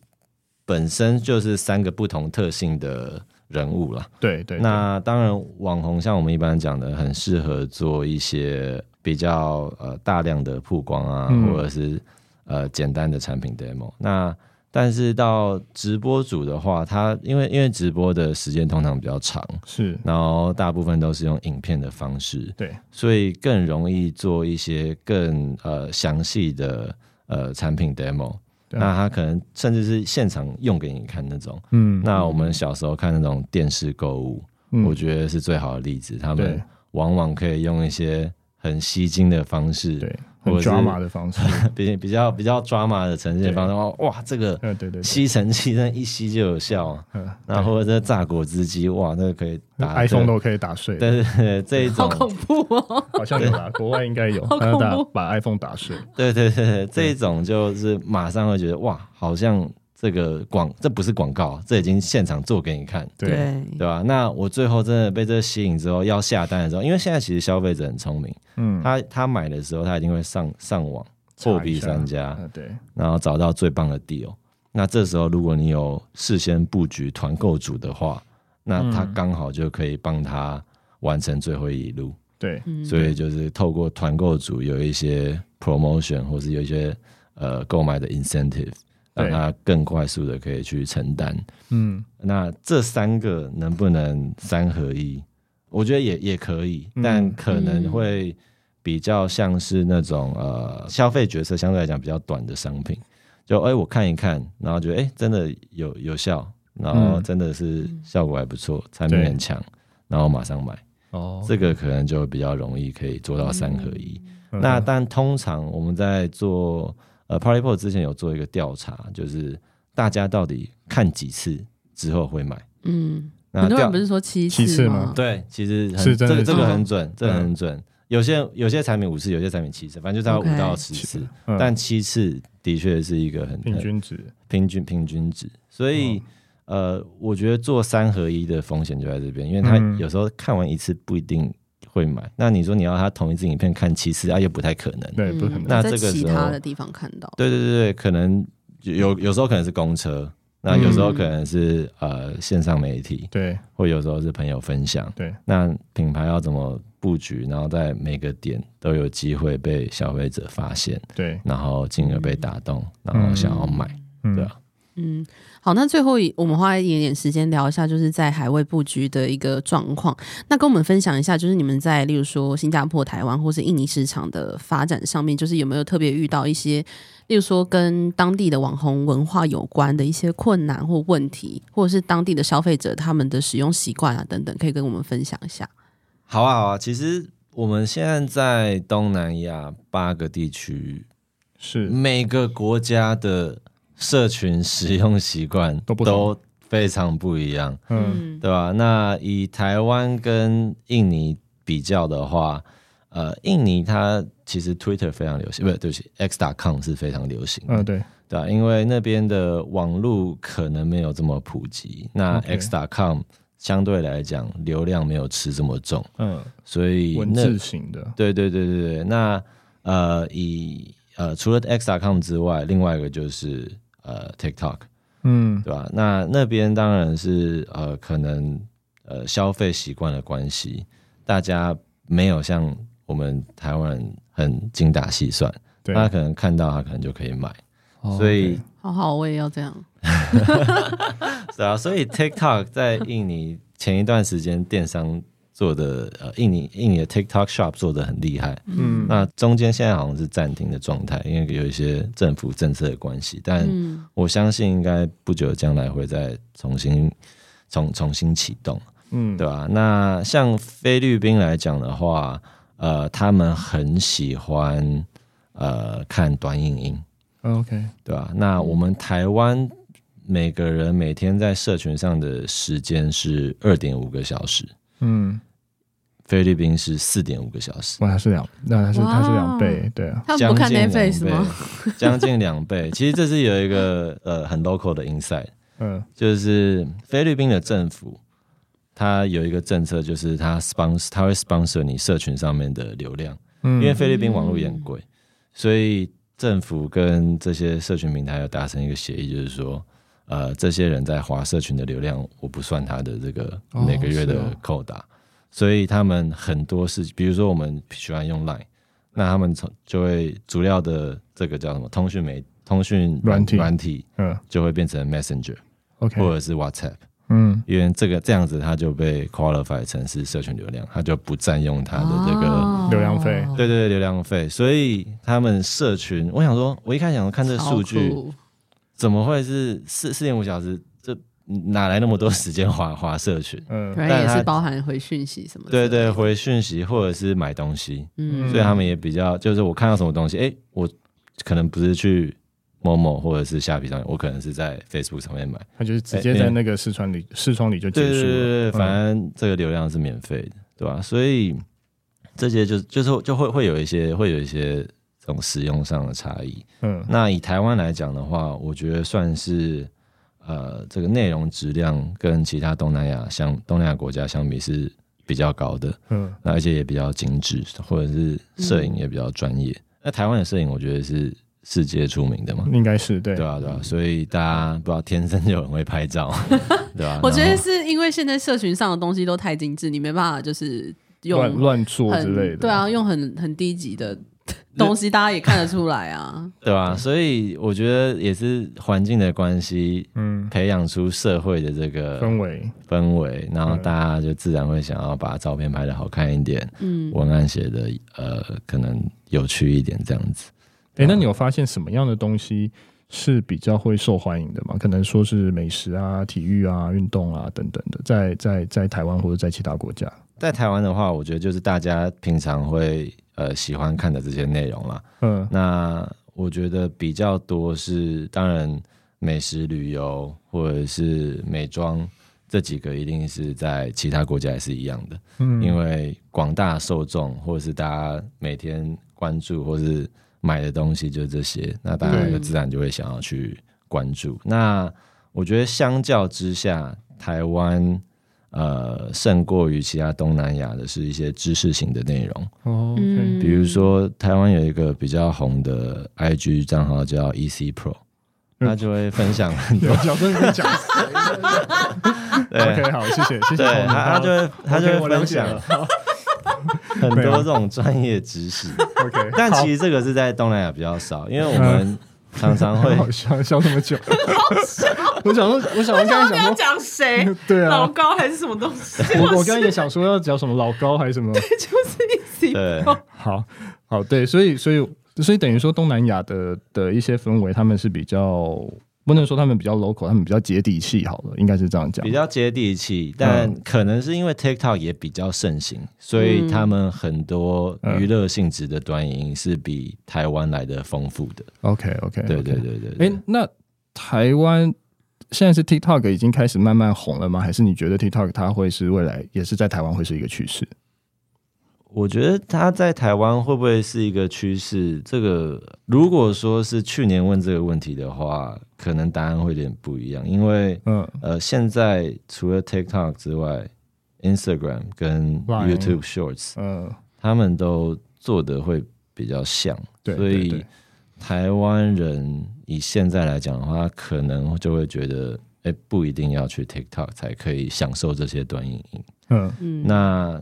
[SPEAKER 5] 本身就是三个不同特性的人物啦。
[SPEAKER 3] 对对对
[SPEAKER 5] 那当然，网红像我们一般讲的，很适合做一些比较呃大量的曝光啊，
[SPEAKER 3] 嗯
[SPEAKER 5] 或者是呃简单的产品 demo。那但是到直播主的话，他因为因为直播的时间通常比较长，
[SPEAKER 3] 是
[SPEAKER 5] 然后大部分都是用影片的方式，
[SPEAKER 3] 对
[SPEAKER 5] 所以更容易做一些更呃详细的呃产品 demo。
[SPEAKER 3] 对啊
[SPEAKER 5] 那他可能甚至是现场用给你看那种。
[SPEAKER 3] 嗯
[SPEAKER 5] 那我们小时候看那种电视购物，
[SPEAKER 3] 嗯
[SPEAKER 5] 我觉得是最好的例子。他们
[SPEAKER 3] 对
[SPEAKER 5] 往往可以用一些很吸睛的方式，
[SPEAKER 3] 对很
[SPEAKER 5] 我是
[SPEAKER 3] drama 的方式，
[SPEAKER 5] 比比较比较抓马的呈现方式。哇哇，这个
[SPEAKER 3] 嗯对对对，
[SPEAKER 5] 吸尘器那一吸就有效啊，
[SPEAKER 3] 嗯，
[SPEAKER 5] 然后或者这榨果汁机，哇，那个可以
[SPEAKER 3] 对
[SPEAKER 5] 打
[SPEAKER 3] iPhone 都可以打碎，
[SPEAKER 5] 对对对，这一
[SPEAKER 4] 好
[SPEAKER 5] 种
[SPEAKER 4] 恐怖哦！
[SPEAKER 3] 好像有啦，国外应该有，
[SPEAKER 4] 好
[SPEAKER 3] 他要打
[SPEAKER 4] 恐怖
[SPEAKER 3] 把 iPhone 打碎，
[SPEAKER 5] 对对对对，这一种就是马上会觉得哇，好像这个广这不是广告，啊这已经现场做给你看，
[SPEAKER 3] 对，
[SPEAKER 5] 对吧？那我最后真的被这个吸引之后，要下单的时候，因为现在其实消费者很聪明，
[SPEAKER 3] 嗯，
[SPEAKER 5] 他他买的时候他一定会上上网
[SPEAKER 3] 查一
[SPEAKER 5] 货比三
[SPEAKER 3] 下
[SPEAKER 5] 家，
[SPEAKER 3] 嗯对，
[SPEAKER 5] 然后找到最棒的 deal。那这时候如果你有事先布局团购组的话，那他
[SPEAKER 3] 嗯
[SPEAKER 5] 刚好就可以帮他完成最后一路。
[SPEAKER 3] 对，
[SPEAKER 4] 嗯
[SPEAKER 5] 所以就是透过团购组有一些 promotion 或是有一些呃购买的 incentive，
[SPEAKER 3] 对
[SPEAKER 5] 让它更快速的可以去承担。
[SPEAKER 3] 嗯，
[SPEAKER 5] 那这三个能不能三合一？我觉得也也可以，
[SPEAKER 3] 嗯
[SPEAKER 5] 但可能会比较像是那种呃消费决策相对来讲比较短的商品，就哎、我看一看，然后觉得哎、真的有有效，然后
[SPEAKER 3] 嗯
[SPEAKER 5] 真的是效果还不错，产品
[SPEAKER 3] 对
[SPEAKER 5] 很强，然后马上买。
[SPEAKER 3] 嗯哦
[SPEAKER 5] 这个可能就比较容易可以做到三合一。
[SPEAKER 3] 嗯
[SPEAKER 5] 那但通常我们在做呃 Party p o 之前有做一个调查，就是大家到底看几次之后会买。
[SPEAKER 4] 嗯，
[SPEAKER 5] 那
[SPEAKER 4] 很多人
[SPEAKER 5] 调
[SPEAKER 4] 不是说七
[SPEAKER 3] 七次
[SPEAKER 4] 吗
[SPEAKER 3] 吗？
[SPEAKER 5] 对，其实很
[SPEAKER 3] 是真
[SPEAKER 5] 这
[SPEAKER 3] 的
[SPEAKER 5] 个
[SPEAKER 3] 是
[SPEAKER 5] 这个
[SPEAKER 4] 吗
[SPEAKER 5] 很准，这个很准。有些有些产品五次，有些产品七次，反正就大概
[SPEAKER 4] OK
[SPEAKER 5] 五到十次。
[SPEAKER 3] 嗯
[SPEAKER 5] 但七次的确是一个很
[SPEAKER 3] 平
[SPEAKER 5] 很
[SPEAKER 3] 均值，
[SPEAKER 5] 平均平均值，所以。呃，我觉得做三合一的风险就在这边，因为他
[SPEAKER 3] 嗯
[SPEAKER 5] 有时候看完一次不一定会买。那你说你要他同一支影片看七次啊，又不太可能。
[SPEAKER 3] 对，不可
[SPEAKER 4] 嗯
[SPEAKER 3] 能，
[SPEAKER 5] 那
[SPEAKER 4] 在
[SPEAKER 5] 这个
[SPEAKER 4] 其
[SPEAKER 5] 时候
[SPEAKER 4] 他的地方看到，
[SPEAKER 5] 对对对对，可能有有时候可能是公车，那有时候可能是、呃线上媒体，
[SPEAKER 3] 对，
[SPEAKER 5] 或有时候是朋友分享。
[SPEAKER 3] 对，
[SPEAKER 5] 那品牌要怎么布局，然后在每个点都有机会被消费者发现，
[SPEAKER 3] 对，
[SPEAKER 5] 然后进而被打动，然后想要买。
[SPEAKER 3] 嗯
[SPEAKER 5] 对啊
[SPEAKER 4] 嗯，好，那最后一我们花一点点时间聊一下，就是在海外布局的一个状况。那跟我们分享一下，就是你们在例如说新加坡、台湾或是印尼市场的发展上面，就是有没有特别遇到一些，例如说跟当地的网红文化有关的一些困难或问题，或者是当地的消费者他们的使用习惯啊等等，可以跟我们分享一下。
[SPEAKER 5] 好啊，好啊。其实我们现在在东南亚八个地区，
[SPEAKER 3] 是
[SPEAKER 5] 每个国家的社群使用习惯
[SPEAKER 3] 都不同
[SPEAKER 5] 都非常不一样，
[SPEAKER 3] 嗯，
[SPEAKER 5] 对吧？那以台湾跟印尼比较的话，呃，印尼它其实 Twitter 非常流行，不是，对不起，X.com 是非常流行的，
[SPEAKER 3] 嗯，对，
[SPEAKER 5] 对啊，因为那边的网络可能没有这么普及，那
[SPEAKER 3] OK
[SPEAKER 5] X.com 相对来讲流量没有吃这么重，
[SPEAKER 3] 嗯，
[SPEAKER 5] 所以
[SPEAKER 3] 文
[SPEAKER 5] 那
[SPEAKER 3] 字型的，
[SPEAKER 5] 对对对对对，那呃，以呃除了 X.com 之外，另外一个就是呃 TikTok，
[SPEAKER 3] 嗯，
[SPEAKER 5] 对吧？那那边当然是呃可能呃消费习惯的关系，大家没有像我们台湾人很精打细算，
[SPEAKER 3] 对，
[SPEAKER 5] 他可能看到他可能就可以买，
[SPEAKER 3] 哦
[SPEAKER 5] 所以
[SPEAKER 3] OK
[SPEAKER 4] 好好，我也要这样。
[SPEAKER 5] 对啊，所以 TikTok 在印尼前一段时间电商做的呃印尼印尼的 TikTok Shop 做的很厉害。
[SPEAKER 3] 嗯，
[SPEAKER 5] 那中间现在好像是暂停的状态，因为有一些政府政策的关系，但
[SPEAKER 4] 嗯
[SPEAKER 5] 我相信应该不久将来会再重新重重新启动，
[SPEAKER 3] 嗯，
[SPEAKER 5] 对吧、那像菲律宾来讲的话，呃，他们很喜欢呃看短影音，
[SPEAKER 3] 嗯，OK，
[SPEAKER 5] 对吧、那我们台湾每个人每天在社群上的时间是二点五个小时，
[SPEAKER 3] 嗯，
[SPEAKER 5] 菲律宾是四点五个小时，
[SPEAKER 3] 哇，它是两，那它是它是两倍，对啊，
[SPEAKER 4] 他们
[SPEAKER 5] 将
[SPEAKER 4] 不看
[SPEAKER 5] 近两
[SPEAKER 4] Netflix
[SPEAKER 5] 倍
[SPEAKER 4] 吗？？
[SPEAKER 5] 将近两倍。其实这是有一个呃很 local 的 insight，
[SPEAKER 3] 嗯
[SPEAKER 5] 就是菲律宾的政府，它有一个政策，就是它 sponsor，它会 sponsor 你社群上面的流量，
[SPEAKER 3] 嗯，
[SPEAKER 5] 因为菲律宾网络也很贵，所以政府跟这些社群平台有达成一个协议，就是说，呃，这些人在华社群的流量，我不算他的这个
[SPEAKER 3] 哦
[SPEAKER 5] 每个月
[SPEAKER 3] 是
[SPEAKER 5] 的
[SPEAKER 3] 哦
[SPEAKER 5] 扣打，所以他们很多是，比如说我们喜欢用 Line，那他们从就会主要的这个叫什么通讯媒通讯
[SPEAKER 3] 软体
[SPEAKER 5] 软体
[SPEAKER 3] 嗯
[SPEAKER 5] 就会变成 Messenger 或
[SPEAKER 3] ，OK，
[SPEAKER 5] 者是 WhatsApp。
[SPEAKER 3] 嗯
[SPEAKER 5] 因为这个这样子，它就被 qualify 成是社群流量，它就不占用它啊的这个、
[SPEAKER 4] 哦
[SPEAKER 3] 流量费
[SPEAKER 5] 对对对流量费。所以他们社群，我想说，我一开始想说看这个数据
[SPEAKER 4] 超酷
[SPEAKER 5] 怎么会是四四点五小时，这哪来那么多时间划划社群？
[SPEAKER 3] 嗯
[SPEAKER 4] 反正
[SPEAKER 5] 但
[SPEAKER 4] 也
[SPEAKER 5] 它
[SPEAKER 4] 是包含回讯息什么的。
[SPEAKER 5] 对对，，回讯息或者是买东西，
[SPEAKER 4] 嗯，
[SPEAKER 5] 所以他们也比较，就是我看到什么东西，诶，我可能不是去某某或者是虾皮上面，我可能是在 Facebook 上面买。
[SPEAKER 3] 它就是直接在那个视窗里视窗里就结
[SPEAKER 5] 哎对对
[SPEAKER 3] 束
[SPEAKER 5] 对对，
[SPEAKER 3] 了，嗯
[SPEAKER 5] 对反正这个流量是免费的，对吧、所以这些就就是就会会有一些会有一些这种使用上的差异。
[SPEAKER 3] 嗯嗯
[SPEAKER 5] 那以台湾来讲的话，我觉得算是呃这个内容质量跟其他东南亚相东南亚国家相比是比较高的，
[SPEAKER 3] 嗯
[SPEAKER 5] 那而且也比较精致，或者是
[SPEAKER 4] 嗯
[SPEAKER 5] 摄影也比较专业。那台湾的摄影，我觉得是世界出名的嘛。
[SPEAKER 3] 嗯，应该是对
[SPEAKER 5] 对啊，对啊，所以大家不知道天生就很会 拍照，对吧、
[SPEAKER 4] 我觉
[SPEAKER 5] 然
[SPEAKER 4] 得
[SPEAKER 5] 后
[SPEAKER 4] 是因为现在社群上的东西都太精致，你没办法就是用
[SPEAKER 3] 乱乱做之
[SPEAKER 4] 很
[SPEAKER 3] 类的，
[SPEAKER 4] 对，啊，用很很低级的东西，大家也看得出来啊。
[SPEAKER 5] 对吧、所以我觉得也是环境的关系，
[SPEAKER 3] 嗯，
[SPEAKER 5] 培养出社会的这个
[SPEAKER 3] 氛围，
[SPEAKER 5] 氛围，然后
[SPEAKER 3] 嗯
[SPEAKER 5] 大家就自然会想要把照片拍的好看一点，
[SPEAKER 4] 嗯，
[SPEAKER 5] 文案写的呃可能有趣一点这样子。
[SPEAKER 3] 哎、那你有发现什么样的东西是比较会受欢迎的吗？可能说是美食啊、体育啊、运动啊等等的，在在在台湾或者在其他国家，
[SPEAKER 5] 在台湾的话，我觉得就是大家平常会呃喜欢看的这些内容啦。
[SPEAKER 3] 嗯
[SPEAKER 5] 那我觉得比较多是，当然美食、旅游或者是美妆这几个，一定是在其他国家也是一样的。
[SPEAKER 3] 嗯，
[SPEAKER 5] 因为广大受众或者是大家每天关注或是买的东西就是这些，那大家
[SPEAKER 4] 对
[SPEAKER 5] 就自然就会想要去关注。那我觉得相较之下，台湾呃胜过于其他东南亚的是一些知识型的内容，
[SPEAKER 3] 哦，OK，
[SPEAKER 4] 嗯
[SPEAKER 5] 比如说台湾有一个比较红的 IG 账号叫 EC Pro，
[SPEAKER 3] 嗯
[SPEAKER 5] 他就会分享 很多
[SPEAKER 3] 有小声跟你讲
[SPEAKER 5] 对
[SPEAKER 3] ，OK，好，谢谢，谢谢
[SPEAKER 5] 对，
[SPEAKER 3] 同学，
[SPEAKER 5] 他他就会他就
[SPEAKER 3] OK，
[SPEAKER 5] 会
[SPEAKER 3] 我了
[SPEAKER 5] 分
[SPEAKER 3] 解
[SPEAKER 5] 享
[SPEAKER 3] 了啊好
[SPEAKER 5] 很多这种专业知识。
[SPEAKER 3] ，OK，
[SPEAKER 5] 但
[SPEAKER 3] 好
[SPEAKER 5] 其实这个是在东南亚比较少，因为我们常常 会，
[SPEAKER 3] 好笑笑那么久，我想说，我想我刚才想说，
[SPEAKER 6] 讲谁
[SPEAKER 3] 对
[SPEAKER 6] 老
[SPEAKER 3] 啊，
[SPEAKER 6] 高还是什么东西？
[SPEAKER 3] 我我刚才也想说要讲什么老高还是什么。
[SPEAKER 6] 就是一起
[SPEAKER 5] 对
[SPEAKER 3] 好好，对，所以所以所以等于说，东南亚的的一些氛围，他们是比较不能说他们比较 local，他们比较接地气，好了，应该是这样讲。
[SPEAKER 5] 比较接地气，但
[SPEAKER 3] 嗯
[SPEAKER 5] 可能是因为 TikTok 也比较盛行，所以他们很多娱乐性质的短影音是比台湾来的丰富的。
[SPEAKER 3] OK OK，
[SPEAKER 5] 对对。对对对
[SPEAKER 3] 哎、那台湾现在是 TikTok 已经开始慢慢红了吗？还是你觉得 TikTok 它会是未来也是在台湾会是一个趋势？
[SPEAKER 5] 我觉得它在台湾会不会是一个趋势？这个如果说是去年问这个问题的话，可能答案会有点不一样，因为
[SPEAKER 3] 嗯
[SPEAKER 5] 呃，现在除了 TikTok 之外，Instagram 跟
[SPEAKER 3] Line
[SPEAKER 5] YouTube Shorts
[SPEAKER 3] 嗯，
[SPEAKER 5] 他们都做的会比较像，
[SPEAKER 3] 对，
[SPEAKER 5] 所
[SPEAKER 3] 对
[SPEAKER 5] 以
[SPEAKER 3] 对
[SPEAKER 5] 台湾人以现在来讲的话，可能就会觉得，哎、不一定要去 TikTok 才可以享受这些短影音。
[SPEAKER 3] 嗯
[SPEAKER 4] 嗯，
[SPEAKER 5] 那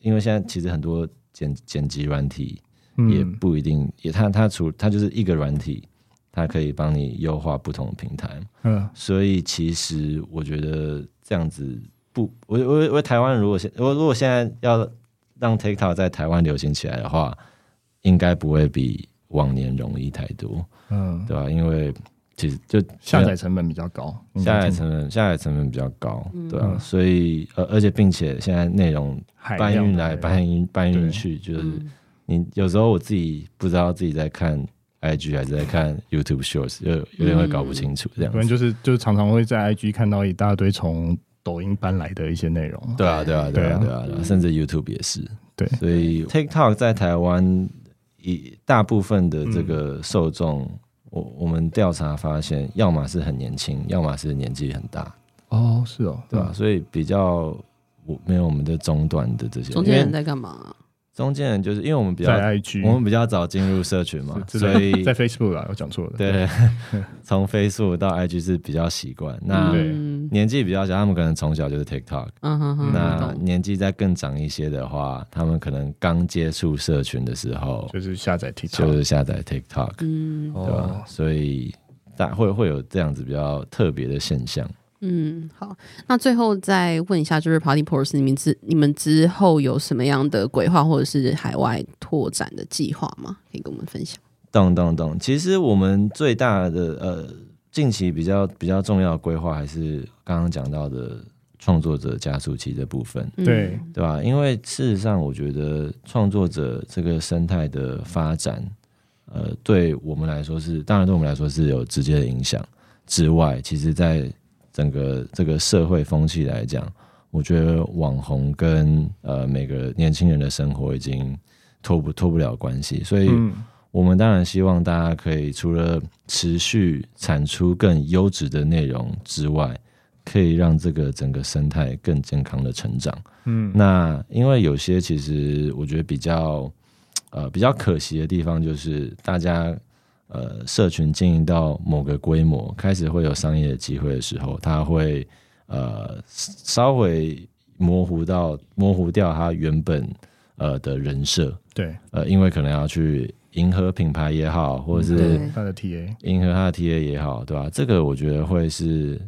[SPEAKER 5] 因为现在其实很多剪剪辑软体也
[SPEAKER 3] 嗯
[SPEAKER 5] 不一定，也它它除它就是一个软体，它可以帮你优化不同的平台，
[SPEAKER 3] 嗯
[SPEAKER 5] 所以其实我觉得这样子不，我我我台湾如果现我如果现在要让 TikTok 在台湾流行起来的话，应该不会比往年容易太多，
[SPEAKER 3] 嗯，
[SPEAKER 5] 对吧、因为其实就
[SPEAKER 3] 下载成本比较高，应该这
[SPEAKER 5] 下载
[SPEAKER 3] 么
[SPEAKER 5] 成本下载成本比较高，对啊，
[SPEAKER 3] 嗯
[SPEAKER 5] 所以呃而且并且现在内容
[SPEAKER 3] 海
[SPEAKER 5] 搬
[SPEAKER 3] 量
[SPEAKER 5] 运
[SPEAKER 3] 的
[SPEAKER 5] 来
[SPEAKER 3] 内容
[SPEAKER 5] 搬运搬
[SPEAKER 3] 对
[SPEAKER 5] 运去，就是
[SPEAKER 4] 嗯
[SPEAKER 5] 你有时候我自己不知道自己在看 IG 还是在看 YouTube Shorts，有有点会搞不清楚这样
[SPEAKER 3] 可能
[SPEAKER 5] 子。
[SPEAKER 3] 就是就是常常会在 IG 看到一大堆从抖音搬来的一些内容。
[SPEAKER 5] 对啊，对啊，对啊，
[SPEAKER 3] 对
[SPEAKER 5] 对啊，对啊甚至 YouTube 也是。
[SPEAKER 3] 对
[SPEAKER 5] 所以 TikTok 在台湾一大部分的这
[SPEAKER 3] 嗯
[SPEAKER 5] 个受众，我我们调查发现，要么是很年轻，要么是年纪很大，
[SPEAKER 3] 哦，是哦，
[SPEAKER 5] 对吧、所以比较我没有我们的中段的这些，
[SPEAKER 4] 中间人
[SPEAKER 5] 因为
[SPEAKER 4] 在干嘛？
[SPEAKER 5] 中间人就是因为我们比较
[SPEAKER 3] 在 IG，
[SPEAKER 5] 我们比较早进入社群嘛，
[SPEAKER 3] 之
[SPEAKER 5] 所
[SPEAKER 3] 类的
[SPEAKER 5] 以
[SPEAKER 3] 在 Facebook 啊，我讲错了。，
[SPEAKER 5] 对， 从 Facebook 到 IG 是比较习惯。那
[SPEAKER 3] 对
[SPEAKER 4] 嗯
[SPEAKER 5] 年纪比较小，他们可能从小就是 TikTok。
[SPEAKER 4] 嗯哼哼，
[SPEAKER 5] 那
[SPEAKER 4] 懂
[SPEAKER 5] 年纪再更长一些的话，他们可能刚接触社群的时候，
[SPEAKER 3] 就是下载 TikTok，
[SPEAKER 5] 就是下载 TikTok，、
[SPEAKER 4] 嗯
[SPEAKER 5] 对吧
[SPEAKER 3] 哦？，
[SPEAKER 5] 所以大会会有这样子比较特别的现象。
[SPEAKER 4] 嗯，好。那最后再问一下，就是 Party Pors，你们之你们之后有什么样的规划，或者是海外拓展的计划吗？可以跟我们分享。
[SPEAKER 5] 懂懂懂。其实我们最大的呃，近期比较比较重要的规划，还是刚刚讲到的创作者加速器这部分。
[SPEAKER 4] 嗯
[SPEAKER 3] 对，
[SPEAKER 5] 对吧、因为事实上，我觉得创作者这个生态的发展，呃，对我们来说是，当然对我们来说是有直接的影响之外，其实在整个这个社会风气来讲，我觉得网红跟呃每个年轻人的生活已经脱不脱不了关系，所以
[SPEAKER 3] 嗯，
[SPEAKER 5] 我们当然希望大家可以除了持续产出更优质的内容之外，可以让这个整个生态更健康的成长。
[SPEAKER 3] 嗯，
[SPEAKER 5] 那因为有些其实我觉得比较呃比较可惜的地方，就是大家呃社群经营到某个规模，开始会有商业机会的时候，它会呃稍微模糊到模糊掉它原本呃的人设，
[SPEAKER 3] 对，
[SPEAKER 5] 呃，因为可能要去迎合品牌也好，或者是
[SPEAKER 4] 对
[SPEAKER 3] 他的 TA，
[SPEAKER 5] 迎合他的 TA 也好，对吧、这个我觉得会是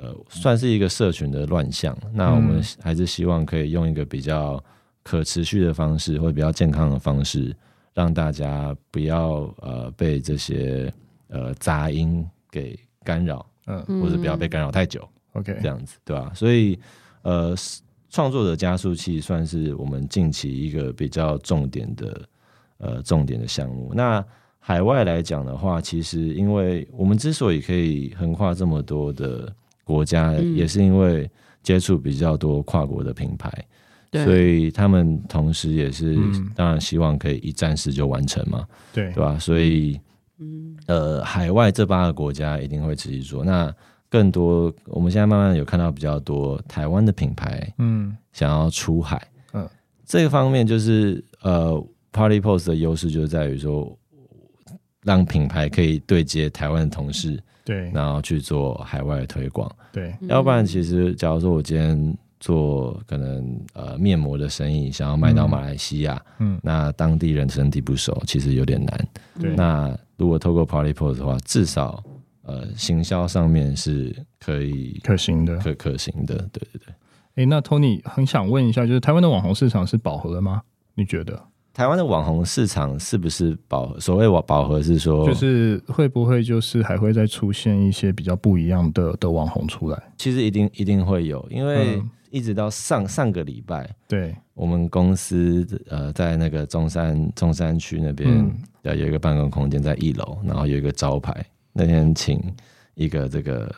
[SPEAKER 5] 呃，算是一个社群的乱象。那我们
[SPEAKER 3] 嗯
[SPEAKER 5] 还是希望可以用一个比较可持续的方式，或比较健康的方式，让大家不要呃被这些呃杂音给干扰，
[SPEAKER 3] 嗯
[SPEAKER 5] 或者不要被干扰太久，
[SPEAKER 3] ，OK，
[SPEAKER 5] 这样子，对吧、啊所以呃，创作者加速器算是我们近期一个比较重点的呃重点的项目。那海外来讲的话，其实因为我们之所以可以横跨这么多的国家，
[SPEAKER 4] 嗯
[SPEAKER 5] 也是因为接触比较多跨国的品牌，
[SPEAKER 4] 对，
[SPEAKER 5] 所以他们同时也是、
[SPEAKER 3] 嗯
[SPEAKER 5] 当然希望可以一站式就完成嘛，
[SPEAKER 3] 对
[SPEAKER 5] 对，吧、所以。
[SPEAKER 4] 嗯
[SPEAKER 5] 呃，海外这八个国家一定会持续做。那更多，我们现在慢慢有看到比较多台湾的品牌
[SPEAKER 3] 嗯，
[SPEAKER 5] 想要出海。
[SPEAKER 3] 嗯
[SPEAKER 5] 嗯，这个方面就是呃，Party Post 的优势就在于说，让品牌可以对接台湾的同事，
[SPEAKER 3] 对，
[SPEAKER 5] 然后去做海外的推广。
[SPEAKER 3] 对，
[SPEAKER 4] 嗯
[SPEAKER 5] 要不然，其实假如说我今天做可能呃面膜的生意，想要卖到马来西亚，
[SPEAKER 3] 嗯，
[SPEAKER 5] 那当地人生地不熟，其实有点难。
[SPEAKER 4] 嗯
[SPEAKER 3] 对，
[SPEAKER 5] 那如果透过 Party Pose 的话，至少呃行销上面是可以
[SPEAKER 3] 可行的。
[SPEAKER 5] 可可行的，对对对。
[SPEAKER 3] 诶，那 Tony 很想问一下，就是台湾的网红市场是饱和了吗？你觉得？
[SPEAKER 5] 台湾的网红市场是不是饱和？所谓饱饱和是说，
[SPEAKER 3] 就是会不会就是还会再出现一些比较不一样的的网红出来？
[SPEAKER 5] 其实一定一定会有，因为
[SPEAKER 3] 嗯
[SPEAKER 5] 一直到上上个礼拜，
[SPEAKER 3] 对，
[SPEAKER 5] 我们公司呃在那个中山中山区那边、
[SPEAKER 3] 嗯
[SPEAKER 5] 呃有一个办公空间在一楼，然后有一个招牌，那天请一个这个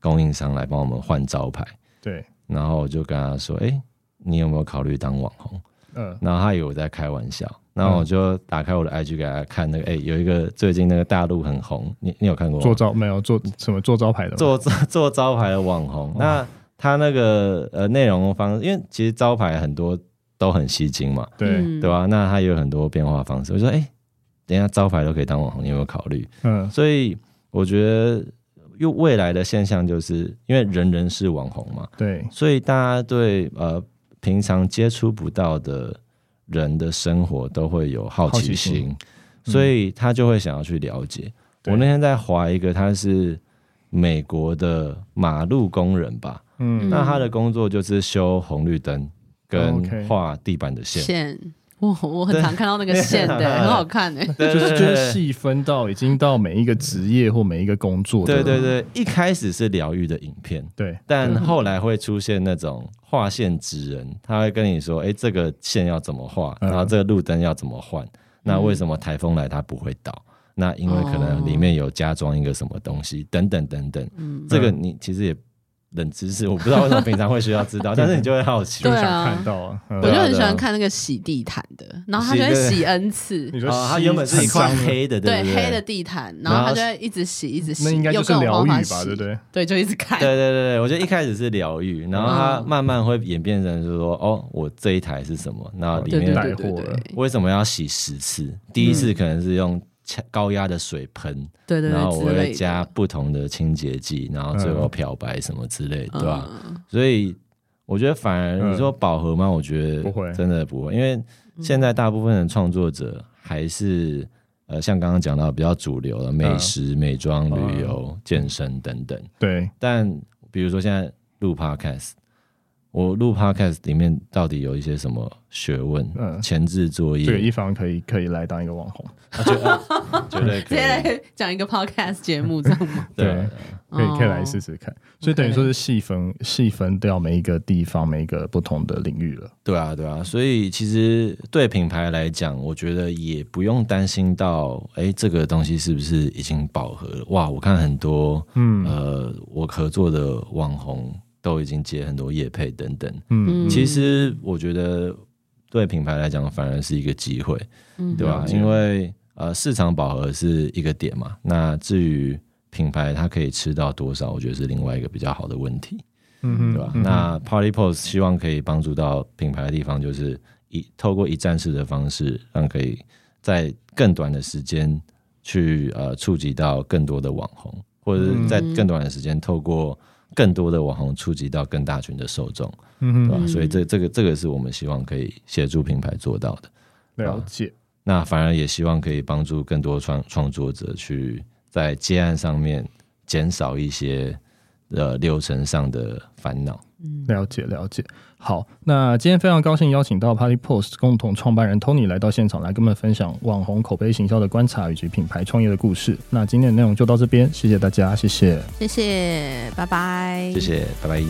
[SPEAKER 5] 供应商来帮我们换招牌，
[SPEAKER 3] 对，
[SPEAKER 5] 然后我就跟他说，哎、你有没有考虑当网红？
[SPEAKER 3] 嗯，
[SPEAKER 5] 然后他以为我在开玩笑，然后我就打开我的 IG 给他看那个，哎、有一个最近那个大陆很红，你你有看过吗？
[SPEAKER 3] 做招没有做什么做招牌的吗？哦
[SPEAKER 5] 做做做招牌的网红，那他那个呃内容方，因为其实招牌很多都很吸睛嘛，
[SPEAKER 3] 对，
[SPEAKER 5] 对
[SPEAKER 4] 吧？
[SPEAKER 5] 吧、那他也有很多变化方式，我就说，哎、等一下招牌都可以当网红，你有没有考虑？
[SPEAKER 3] 嗯，
[SPEAKER 5] 所以我觉得，又未来的现象就是因为人人是网红嘛，
[SPEAKER 3] 对，
[SPEAKER 5] 所以大家对呃平常接触不到的人的生活都会有好奇
[SPEAKER 3] 好奇
[SPEAKER 5] 心，
[SPEAKER 3] 心嗯
[SPEAKER 5] 所以他就会想要去了解。
[SPEAKER 3] 对
[SPEAKER 5] 我那天在划一个，他是美国的马路工人吧，
[SPEAKER 3] 嗯，
[SPEAKER 5] 那他的工作就是修红绿灯跟
[SPEAKER 3] OK
[SPEAKER 5] 画地板的线。
[SPEAKER 4] 线，我我很常看到那个线的， 很好看欸诶。
[SPEAKER 5] 对啊
[SPEAKER 3] 就
[SPEAKER 5] 对
[SPEAKER 3] 是
[SPEAKER 5] 对
[SPEAKER 3] 就是
[SPEAKER 5] 对
[SPEAKER 3] 细分到已经到每一个职业或每一个工作的，
[SPEAKER 5] 对对对，一开始是疗愈的影片，
[SPEAKER 3] 对
[SPEAKER 4] 嗯
[SPEAKER 5] 但后来会出现那种画线之人，他会跟你说：“哎、这个线要怎么画，
[SPEAKER 3] 嗯
[SPEAKER 5] 然后这个路灯要怎么换？那
[SPEAKER 4] 嗯
[SPEAKER 5] 为什么台风来它不会倒？那因为可能里面有加装一个什么东西，等等等等。
[SPEAKER 4] 哦嗯
[SPEAKER 5] 这个你其实也冷知识，我不知道为什么平常会需要知 道，但是你就会好奇。
[SPEAKER 3] 就
[SPEAKER 4] 对
[SPEAKER 3] 想
[SPEAKER 4] 啊
[SPEAKER 3] 看到啊，嗯
[SPEAKER 4] 我就
[SPEAKER 5] 对啊
[SPEAKER 4] 很喜
[SPEAKER 5] 对啊
[SPEAKER 4] 欢看那个洗地毯的，然后他
[SPEAKER 5] 洗
[SPEAKER 4] 就会
[SPEAKER 5] 对
[SPEAKER 4] 洗 n 次，
[SPEAKER 3] 你说
[SPEAKER 5] 哦，它
[SPEAKER 3] 吸
[SPEAKER 5] 原本是一块
[SPEAKER 3] 很脏的，
[SPEAKER 5] 黑的，
[SPEAKER 4] 对
[SPEAKER 5] 不对
[SPEAKER 4] 黑的地毯，然
[SPEAKER 5] 然
[SPEAKER 4] 后他
[SPEAKER 5] 后
[SPEAKER 4] 就会一直洗，一直洗，
[SPEAKER 3] 那应该就是
[SPEAKER 4] 用各种
[SPEAKER 3] 疗
[SPEAKER 4] 方
[SPEAKER 3] 愈
[SPEAKER 4] 法
[SPEAKER 3] 吧，
[SPEAKER 4] 洗
[SPEAKER 3] 对不对？
[SPEAKER 4] 对，就一直看。
[SPEAKER 5] 对对对对，我觉得一开始是疗愈，然后它
[SPEAKER 4] 嗯
[SPEAKER 5] 慢慢会演变成就是说，哦，我这一台是什么？那里
[SPEAKER 4] 对对
[SPEAKER 5] 面
[SPEAKER 3] 带
[SPEAKER 4] 对对
[SPEAKER 3] 货
[SPEAKER 4] 对
[SPEAKER 3] 了
[SPEAKER 5] 为什么要洗十次？第一次可能是用呛高压的水喷，
[SPEAKER 4] 对对
[SPEAKER 5] 然后
[SPEAKER 4] 对，
[SPEAKER 5] 我
[SPEAKER 4] 之类
[SPEAKER 5] 会
[SPEAKER 4] 的
[SPEAKER 5] 加不同的清洁剂，然后最后
[SPEAKER 3] 嗯
[SPEAKER 5] 漂白什么之类的，
[SPEAKER 4] 嗯
[SPEAKER 5] 对吧？所以我觉得反而
[SPEAKER 3] 嗯
[SPEAKER 5] 你说饱和吗？我觉得
[SPEAKER 3] 不会
[SPEAKER 5] 真的不会，因为现在大部分的创作者还是呃，像刚刚讲到比较主流的美食、美妆、旅游、健身等等。
[SPEAKER 3] 对，
[SPEAKER 5] 但比如说现在录 podcast，我录 podcast 里面到底有一些什么学问？
[SPEAKER 3] 嗯
[SPEAKER 5] 前置作业
[SPEAKER 3] 这个一方可以可以来当一个网红，
[SPEAKER 5] 绝对可
[SPEAKER 4] 直接
[SPEAKER 5] 以，
[SPEAKER 4] 来讲一个 podcast 节目这样吗？
[SPEAKER 5] 对
[SPEAKER 3] 对，可以可以来试
[SPEAKER 4] 哦。
[SPEAKER 3] 试看。所以等于说是细分细分掉每一个地方每一个不同的领域了。
[SPEAKER 5] 对啊，对啊，所以其实对品牌来讲，我觉得也不用担心到，哎，这个东西是不是已经饱和了？哇，我看很多，
[SPEAKER 3] 嗯
[SPEAKER 5] 呃，我合作的网红都已经接很多业配等等。
[SPEAKER 3] 嗯，
[SPEAKER 5] 其实我觉得对品牌来讲，反而是一个机会，
[SPEAKER 4] 嗯
[SPEAKER 5] 对吧
[SPEAKER 3] 了？解
[SPEAKER 5] 因为呃，市场饱和是一个点嘛。那至于品牌它可以吃到多少，我觉得是另外一个比较好的问题。
[SPEAKER 3] 嗯哼
[SPEAKER 5] 对吧？
[SPEAKER 3] 嗯哼
[SPEAKER 5] 那 Party Post 希望可以帮助到品牌的地方，就是一透过一站式的方式，让可以在更短的时间去呃触及到更多的网红，或者
[SPEAKER 3] 嗯
[SPEAKER 5] 是在更短的时间透过更多的网红触及到更大群的受众，
[SPEAKER 3] 嗯
[SPEAKER 5] 对
[SPEAKER 3] 哼
[SPEAKER 5] 吧？
[SPEAKER 4] 嗯
[SPEAKER 5] 所以这这个这个是我们希望可以协助品牌做到的。
[SPEAKER 3] 了解，
[SPEAKER 5] 那反而也希望可以帮助更多创创作者去在接案上面减少一些呃流程上的烦恼。
[SPEAKER 3] 了解，了解。好，那今天非常高兴邀请到 Party Post 共同创办人 Tony 来到现场，来跟我们分享网红口碑行销的观察以及品牌创业的故事。那今天的内容就到这边，谢谢大家，谢谢。
[SPEAKER 4] 谢谢，拜拜，
[SPEAKER 5] 谢谢，拜拜。